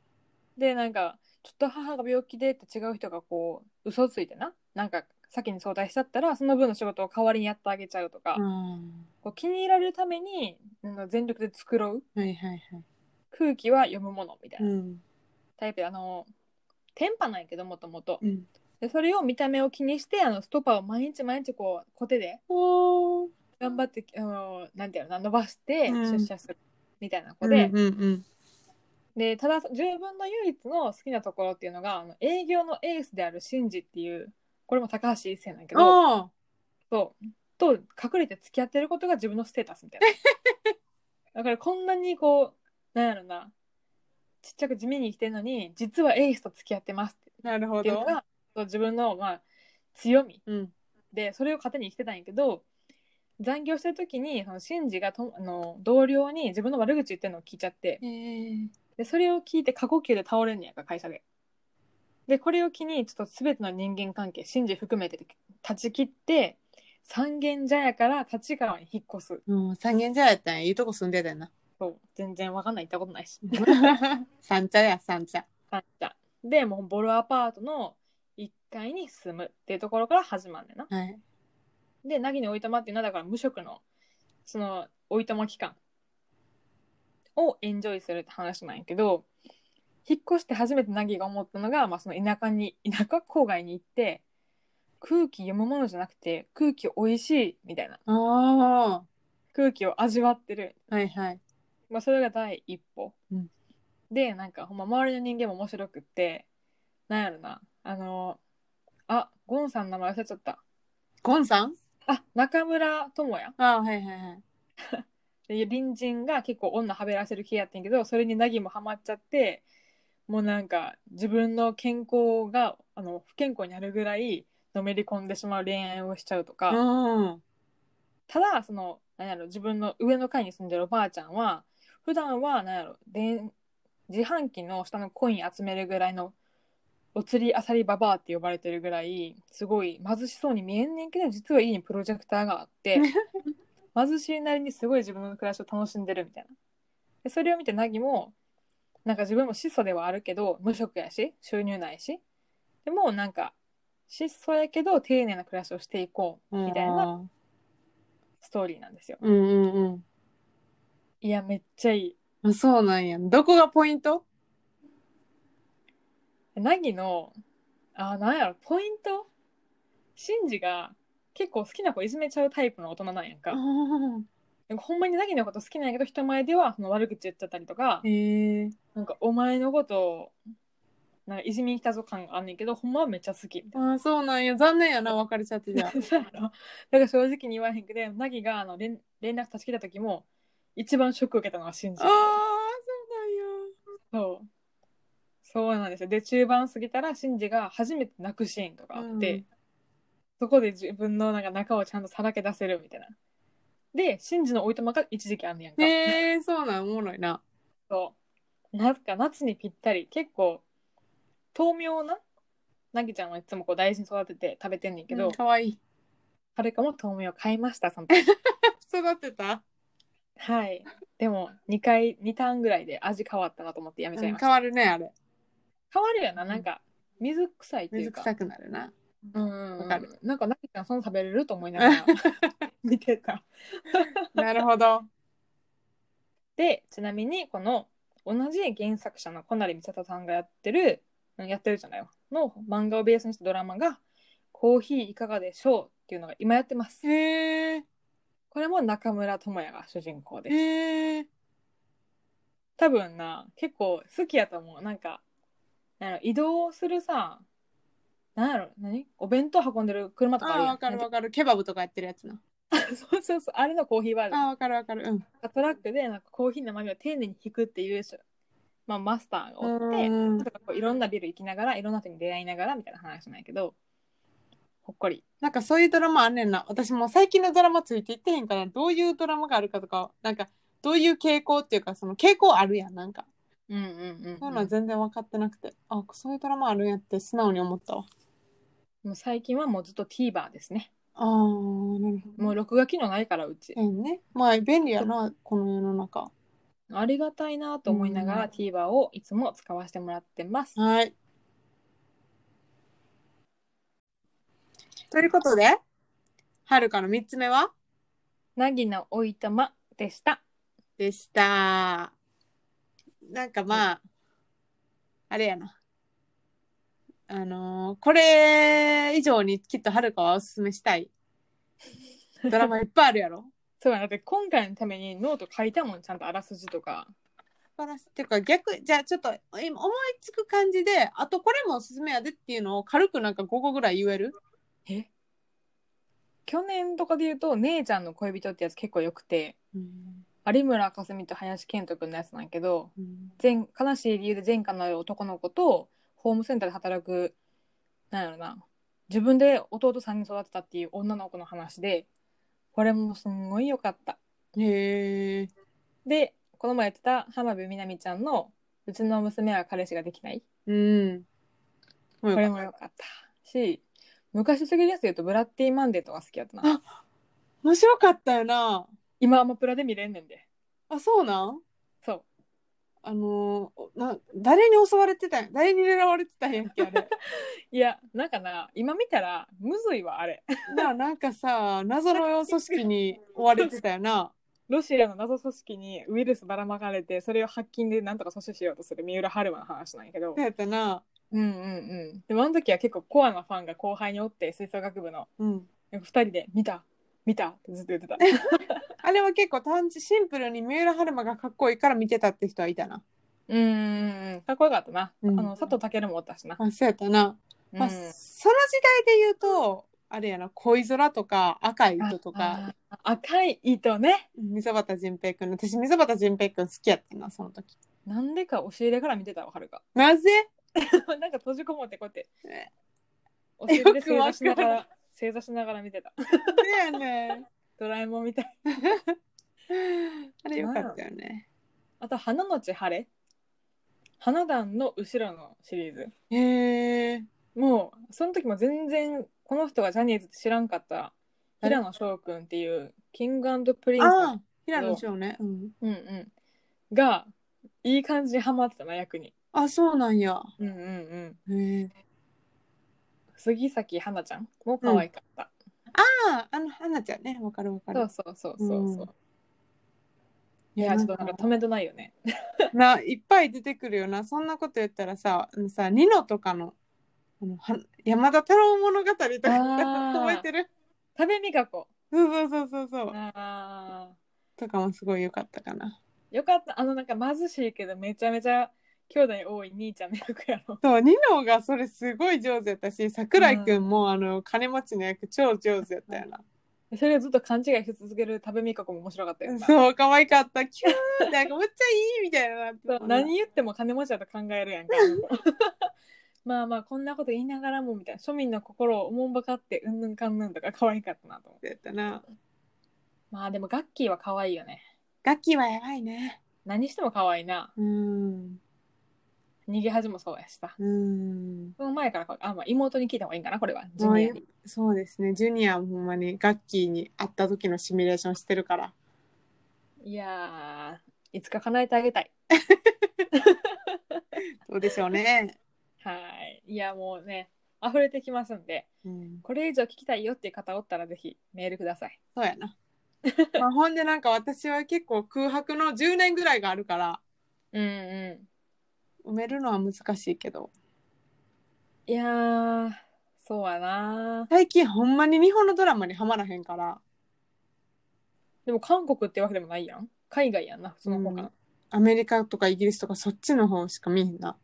B: でなんかちょっと母が病気でって違う人がこう嘘をついてななんか先に相談しちゃったらその分の仕事を代わりにやってあげちゃうとか、
A: うん
B: こう気に入られるためになんか全力で作ろう
A: はいはいはい
B: 空気は読むものみたいうなんタイプであのテンパなんやけどもともと
A: うん
B: でそれを見た目を気にしてあのストッパーを毎日毎日こうコテで
A: おー
B: 頑張って、あのなんていうのかな伸ばして
A: うん
B: 出社するみたいな子で,、
A: うんうん
B: でただ自分の唯一の好きなところっていうのがあの営業のエースであるシンジっていうこれも高橋一生なんやけ
A: うん
B: ど
A: おー
B: そうと隠れて付き合ってることが自分のステータス みたいなだからこんなにこうなんやろなちっちゃく地味に生きてるのに実はエイスと付き合ってますって
A: なるほ
B: っていうの
A: ど。
B: がそう自分のまあ強み
A: うん。
B: でそれを糧にしてたんやけど残業してる時にそのシンジがとあの同僚に自分の悪口言ってるのを聞いちゃって
A: えー、
B: でそれを聞いて過呼吸で倒れんねやんか会社で。でこれを機にちょっと全ての人間関係シンジ含めて断ち切って三軒茶屋から立川に引っ越す
A: もう三軒茶屋やったんや。いいとこ住んでたよな。
B: そう全然わかんない行ったことないし
A: 三茶や、三茶。
B: 三茶でもうボロアパートの1階に住むっていうところから始まんねんな。
A: はい。
B: で、凪においたまっていうのは、だから無職の、その、おいたま期間をエンジョイするって話なんやけど、引っ越して初めて凪が思ったのが、まあ、その田舎に、田舎郊外に行って、空気読むものじゃなくて、空気美味しいみたいな。
A: あ
B: 空気を味わってる。
A: あ。はいはい。
B: まあ、それが第一歩。
A: うん
B: で、なんか、ほんま、周りの人間も面白くって、なんやろな、あの、あ、ゴンさんの名前忘れちゃった。
A: ゴンさん
B: あ、中村智也。
A: ああ、はいはいはい。
B: で隣人が結構女はべらせる系やってんけどそれにナギもハマっちゃってもうなんか自分の健康があの不健康になるぐらいのめり込んでしまう恋愛をしちゃうとか、
A: うん。
B: ただそのなんやろ自分の上の階に住んでるおばあちゃんは普段はなんやろで自販機の下のコイン集めるぐらいのお釣りあさりババアって呼ばれてるぐらいすごい貧しそうに見えんねんけど実は家にプロジェクターがあって貧しいなりにすごい自分の暮らしを楽しんでるみたいなでそれを見てナギもなんか自分も質素ではあるけど無職やし収入ないしでもなんか質素やけど丁寧な暮らしをしていこうみたいな
A: うん
B: ストーリーなんですよ
A: うんうん
B: いや、めっちゃいい。
A: あ。そうなんや。どこがポイント
B: ナギの、あ、なんやろ、ポイントシンジが結構好きな子いじめちゃうタイプの大人なんやんか。なんかほんまにナギのこと好きなんやけど、人前ではその悪口言っちゃったりとか、
A: へえ。
B: なんかお前のこと、なんかいじめに来たぞ感があんねんけど、ほんまはめっちゃ好きみたい
A: ああ、そうなんや。残念やな、別れちゃってじ ゃ
B: な。そうやろだから正直に言わへんくて、ナギがあの連連絡立ち切った時も、一番ショック受けたのはシンジ
A: あ。あ。あ、そ
B: そう。そうなんですよ。で、中盤過ぎたら、シンジが初めて泣くシーンとかあって、
A: うん
B: そこで自分のなんか中をちゃんとさらけ出せるみたいな。で、シンジのおいとまが一時期あんねやんか。
A: うなんや。へえ、そうなん、おもろいな。
B: そうなんか夏にぴったり、結構、豆苗な、なぎちゃんはいつもこう大事に育てて食べてんねんけど、
A: うんかわいい。
B: はるかも豆苗買いました、その時。
A: 育てた
B: はい。 でも、2回、2ターンぐらいで味変わったなと思ってやめちゃい
A: 変
B: ました。
A: わるね、あれ。
B: 変わるよな、なんか、水臭いってい
A: 水
B: うか。
A: 臭くなるな。
B: うん
A: わかる。
B: なんか、なぎちゃん、そんな食べれると思いな がら見てた。
A: なるほど。
B: で、ちなみに、この、同じ原作者の小成美里さんがやってる、うんやってるじゃないわ、の漫画をベースにしたドラマが、コーヒーいかがでしょうっていうのが今やってます。
A: へえ。
B: これも中村智也が主人公です。
A: へえ。
B: 多分な、結構好きやと思う。なんか、なんやろ移動するさ、なんやろ、何お弁当運んでる車とかあ
A: あ
B: る
A: あ、
B: やん。
A: わかるわかる。ケバブとかやってるやつな。
B: そうそうそう、あれのコーヒーバージョン
A: ああ、わかるわかる。うん。
B: トラックでなんかコーヒーの豆を丁寧に引くっていう、まあ、マスターがおって、
A: うん
B: なんかこういろんなビル行きながらいろんな人に出会いながらみたいな話なんやけどほっこり
A: なんかそういうドラマあんねんな。私もう最近のドラマついていってへんから、どういうドラマがあるかとか、なんかどういう傾向っていうか、その傾向あるやん、なんか。
B: うんうんうん、
A: そういうのは全然分かってなくて、あ、そういうドラマあるんやって素直に思ったわ。
B: もう最近はもうずっと TVer ですね
A: ああ、なるほど。
B: もう録画機能ないからうち、
A: ええね。まあ便利やな、この世の中。
B: ありがたいなと思いなが
A: う
B: ら
A: ん
B: TVer をいつも使わせてもらってます、
A: はい。ということで、はるかの3つ目は
B: なぎのおいたまでした
A: でした。なんかまあ、あれやな。あのーこれ以上にきっとはるかはおすすめしたい。ドラマいっぱいあるやろ。
B: そうやなだって今回のためにノート書いたもんちゃんとあらすじとか
A: てか逆、じゃあちょっと今思いつく感じで、あとこれもおすすめやでっていうのを軽くなんか5個ぐらい言える
B: え去年とかで言うと「姉ちゃんの恋人」ってやつ結構よくて
A: うん
B: 有村架純と林遣都君のやつなんやけど
A: うん
B: 前悲しい理由で前科のある男の子とホームセンターで働くなんやろな自分で弟さんに育てたっていう女の子の話でこれもすんごい良かった。
A: へえ。
B: でこの前やってた浜辺美波ちゃんの「うちの娘は彼氏ができない」
A: うん。こ
B: これも良かったし昔すぎるやつで言うと「ブラッディ・マンデー」とか好きやったな
A: あ面白かったよな。
B: 今アマプラで見れんねんで
A: あ、そうなん
B: そう
A: あのーな、誰に襲われてたん誰に狙われてたんやっけ、あれ。
B: いやなんかな今見たらむずいわあれ
A: ななんかさ、謎の組織に追われてたよな。
B: ロシアの謎組織にウイルスばらまかれてそれをハッキングでなんとか阻止しようとする三浦春馬の話なんやけど
A: そうやったな。
B: うんうんうんでもあの時は結構コアなファンが後輩におって吹奏楽部の
A: うん。
B: 2人で「見た見た」ってずっと言ってた
A: あれは結構単純、シンプルに三浦春馬がかっこいいから見てたって人はいたな。
B: うんうんうんかっこよかったな、
A: うん
B: あの佐藤健もおったしな、
A: あ、そうやったな。まあ、その時代で言うと、あれやな、恋空とか赤い糸とか、
B: ああ赤い糸ね
A: 溝端淳平くんの、私溝端淳平くん好きやったな、その時。
B: なんでか押し入れから見てたわはるか
A: なぜ
B: なんか閉じこもってこうやって
A: え
B: 押し入れで正
A: よく
B: 座
A: わ
B: しなが
A: からら
B: 正座しながら見てた
A: だよね。
B: ドラえもんみたい
A: あれよかったよね。
B: あと「花のち晴れ」花壇の後ろのシリーズ
A: へえ。
B: もうその時も全然この人がジャニーズって知らんかった
A: 誰
B: 平野翔くんっていうキングプリンス
A: ああ、平野翔ね。うん。
B: うんうん、がいい感じにハマってたな役に、
A: あ、そうなんや。
B: うんうんうん、
A: へえ。
B: 杉咲花ちゃんも可愛かった、
A: ああ、あの、花ちゃんね。わかるわかる。
B: そうそうそうそうそう。
A: い
B: いや、ちょっと
A: な
B: なん
A: ん
B: か
A: か
B: 止めとないよね。
A: な、いっぱい出てくるよな。そんなこと言ったらさ、あのさ、ニノとかの、あのは山田太郎物語とか
B: あー
A: 覚えてる
B: 食べみかこ。
A: そうそうそうそうそう。
B: ああ。
A: とかもすごい良かったかな。
B: よかった。あの、なんか貧しいけど、めちゃめちゃ兄弟多い兄ちゃんの役やろ。
A: そう、ニノがそれすごい上手やったし、桜井くんも、あの、金持ちの役超上手やったよな。
B: それをずっと勘違いし続ける食べみかこも面白かったよな。
A: そう、可愛かった。キューって、なんかめっちゃいいみたいななって
B: そ
A: た
B: う
A: な。
B: 何言っても金持ちだと考えるやんか。まあまあ、こんなこと言いながらも、みたいな。庶民の心をおもんばかって、うんぬんかんぬんとか可愛かったなと思う。
A: やったな。
B: まあでも、ガッキーは可愛いよね。
A: ガキはやばいね。
B: 何しても可愛いな。
A: うん。
B: 逃げ恥もそうやしさ。
A: うん。
B: その前からか、あ、まあ、妹に聞いた方がいいんかな、これは。ジュニアに。
A: そうですね。ジュニアもほんまにガッキーに会った時のシミュレーションしてるから。
B: いやー、いつか叶えてあげたい。
A: どうでしょうね。
B: はい。いや、もうね、溢れてきますんで、
A: うん。
B: これ以上聞きたいよっていう方おったら、ぜひメールください。
A: そうやな。 まあ、ほんでなんか私は結構空白の10年ぐらいがあるから、
B: うんう
A: 埋めるのは難しいけど。
B: ん。いやー、そうやな
A: 最近ほんまに日本のドラマにはまらへんから、
B: でも、韓国ってわけでもないやん。海外やんな、その方かな。
A: アメリカとかイギリスとかそっちの方しか見えんな。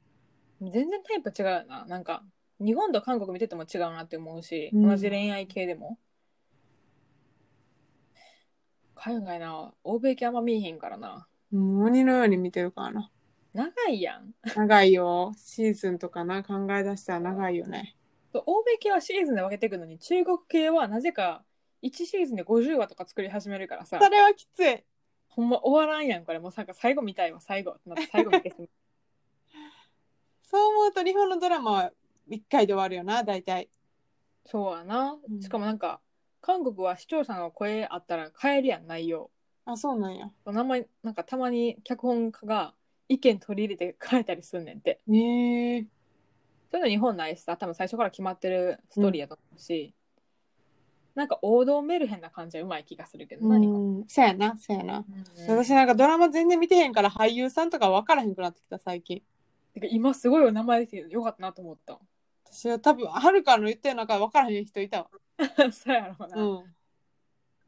B: 全然タイプ違うよな。なんか、日本と韓国見てても違うなって思うし、
A: うん
B: 同じ恋愛系でも。海外な、欧米系あんま見えへんからな。
A: もう鬼のように見てるからな。
B: 長いやん。
A: 長いよ。シーズンとかな、考え出したら長いよね。
B: そう欧米系はシーズンで分けていくのに中国系はなぜか1シーズンで50話とか作り始めるからさ
A: それはきつい。
B: ほんま終わらんやんこれもうなんか最後見たいわ最後ってなって最後見てしまう
A: そう思うと日本のドラマは1回で終わるよな、大体。
B: そうやな、
A: うん
B: しかもなんか韓国は視聴者の声あったら変えるやん内容
A: あ、そうなんや。
B: 名前なんかたまに脚本家が意見取り入れて変えたりすんねんて
A: へえ。
B: そういうの日本ないしさ多分最初から決まってるストーリーやと思うし、なんか王道メルヘンな感じはうまい気がするけど
A: う
B: 何か、
A: ん、そうやな、そうやな。
B: うん
A: 私なんかドラマ全然見てへんから俳優さんとか分からへんくなってきた最近。
B: てか今すごいお名前出てよかったなと思った
A: 私は多分、はるかの言ってる中で分からへん人いたわ。
B: そうやろ
A: う
B: うな。
A: ん。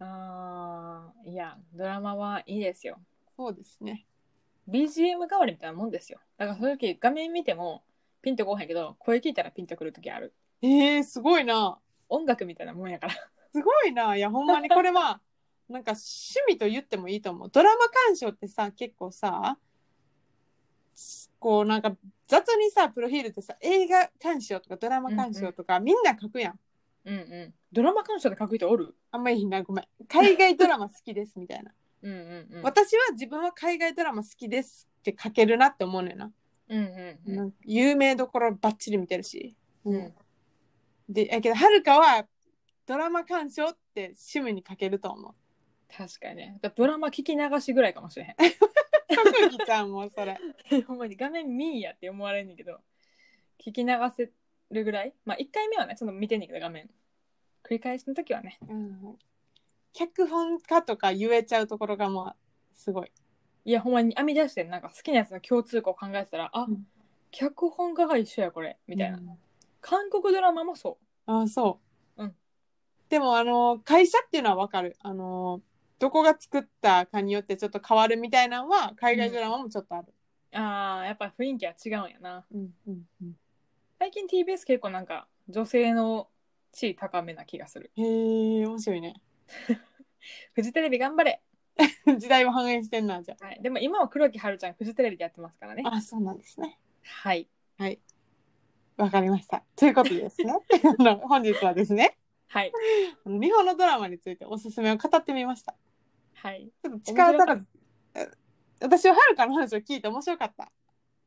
B: あーいや、ドラマはいいですよ。
A: そうですね。
B: BGM 代わりみたいなもんですよ。だから、そういう時画面見てもピンとこうへんけど、声聞いたらピンとくる時ある。
A: ええすごいな。
B: 音楽みたいなもんやから。
A: すごいな。いや、ほんまにこれは、 なんか趣味と言ってもいいと思う。ドラマ鑑賞ってさ、結構さ、こうなんか雑にさ、プロフィールってさ、映画鑑賞とかドラマ鑑賞とか、みんな書くやん。
B: うんうん。ドラマ鑑賞で書く人おる
A: あんまりいいな、ごめん。海外ドラマ好きですみたいな。
B: うんうんうん。
A: 私は自分は海外ドラマ好きですって書けるなって思うのよな。
B: うんうんうん。
A: なんか有名どころばっちり見てるし。
B: うん
A: で、やけど、はるかはドラマ鑑賞って趣味に書けると思う。
B: 確かにね。ドラマ聞き流しぐらいかもしれへん。
A: 特技ちゃんもうそ れ。
B: ほんまに画面見んやって思われんねんけど、聞き流せるぐらい。まあ、1回目はね、ちょっと見てんねんけど、画面。繰り返しの時はね。
A: うん脚本家とか言えちゃうところがもうすごい。
B: いや、ほんまに編み出してん、なんか好きなやつの共通項を考えてたら、あ、
A: うん
B: 脚本家が一緒や、これ。みたいな。韓国ドラマもそ
A: ああ、そう。
B: うん
A: でも、あの、会社っていうのはわかる。あの、どこが作ったかによってちょっと変わるみたいなのは、海外ドラマもちょっとある。
B: う。あー、やっぱ雰囲気は違うんやな。
A: うん、うん、うん。
B: 最近 TBS 結構なんか、女性の地位高めな気がする。
A: へえ、面白いね。
B: フジテレビ頑張れ
A: 時代を反映してんな、じゃ
B: はい。でも今は黒木春ちゃん、フジテレビでやってますからね。
A: あ。あ、そうなんですね。
B: はい。
A: わかりました。ということで ですね。あの本日はですね、
B: はい。
A: あの日本のドラマについておすすめを語ってみました。
B: はい。
A: ちょっと力足らず、え私ははるかの話を聞いて面白かった。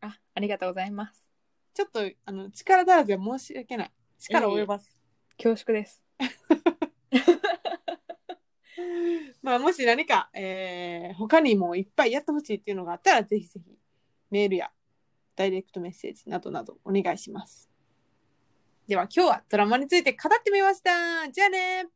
B: あ、ありがとうございます。
A: ちょっとあの力足らずは申し訳ない。力及ばず。
B: 恐縮です。
A: まあもし何か、えー他にもいっぱいやってほしいっていうのがあったら、ぜひぜひメールやダイレクトメッセージなどなどお願いします。では今日はドラマについて語ってみました。じゃあね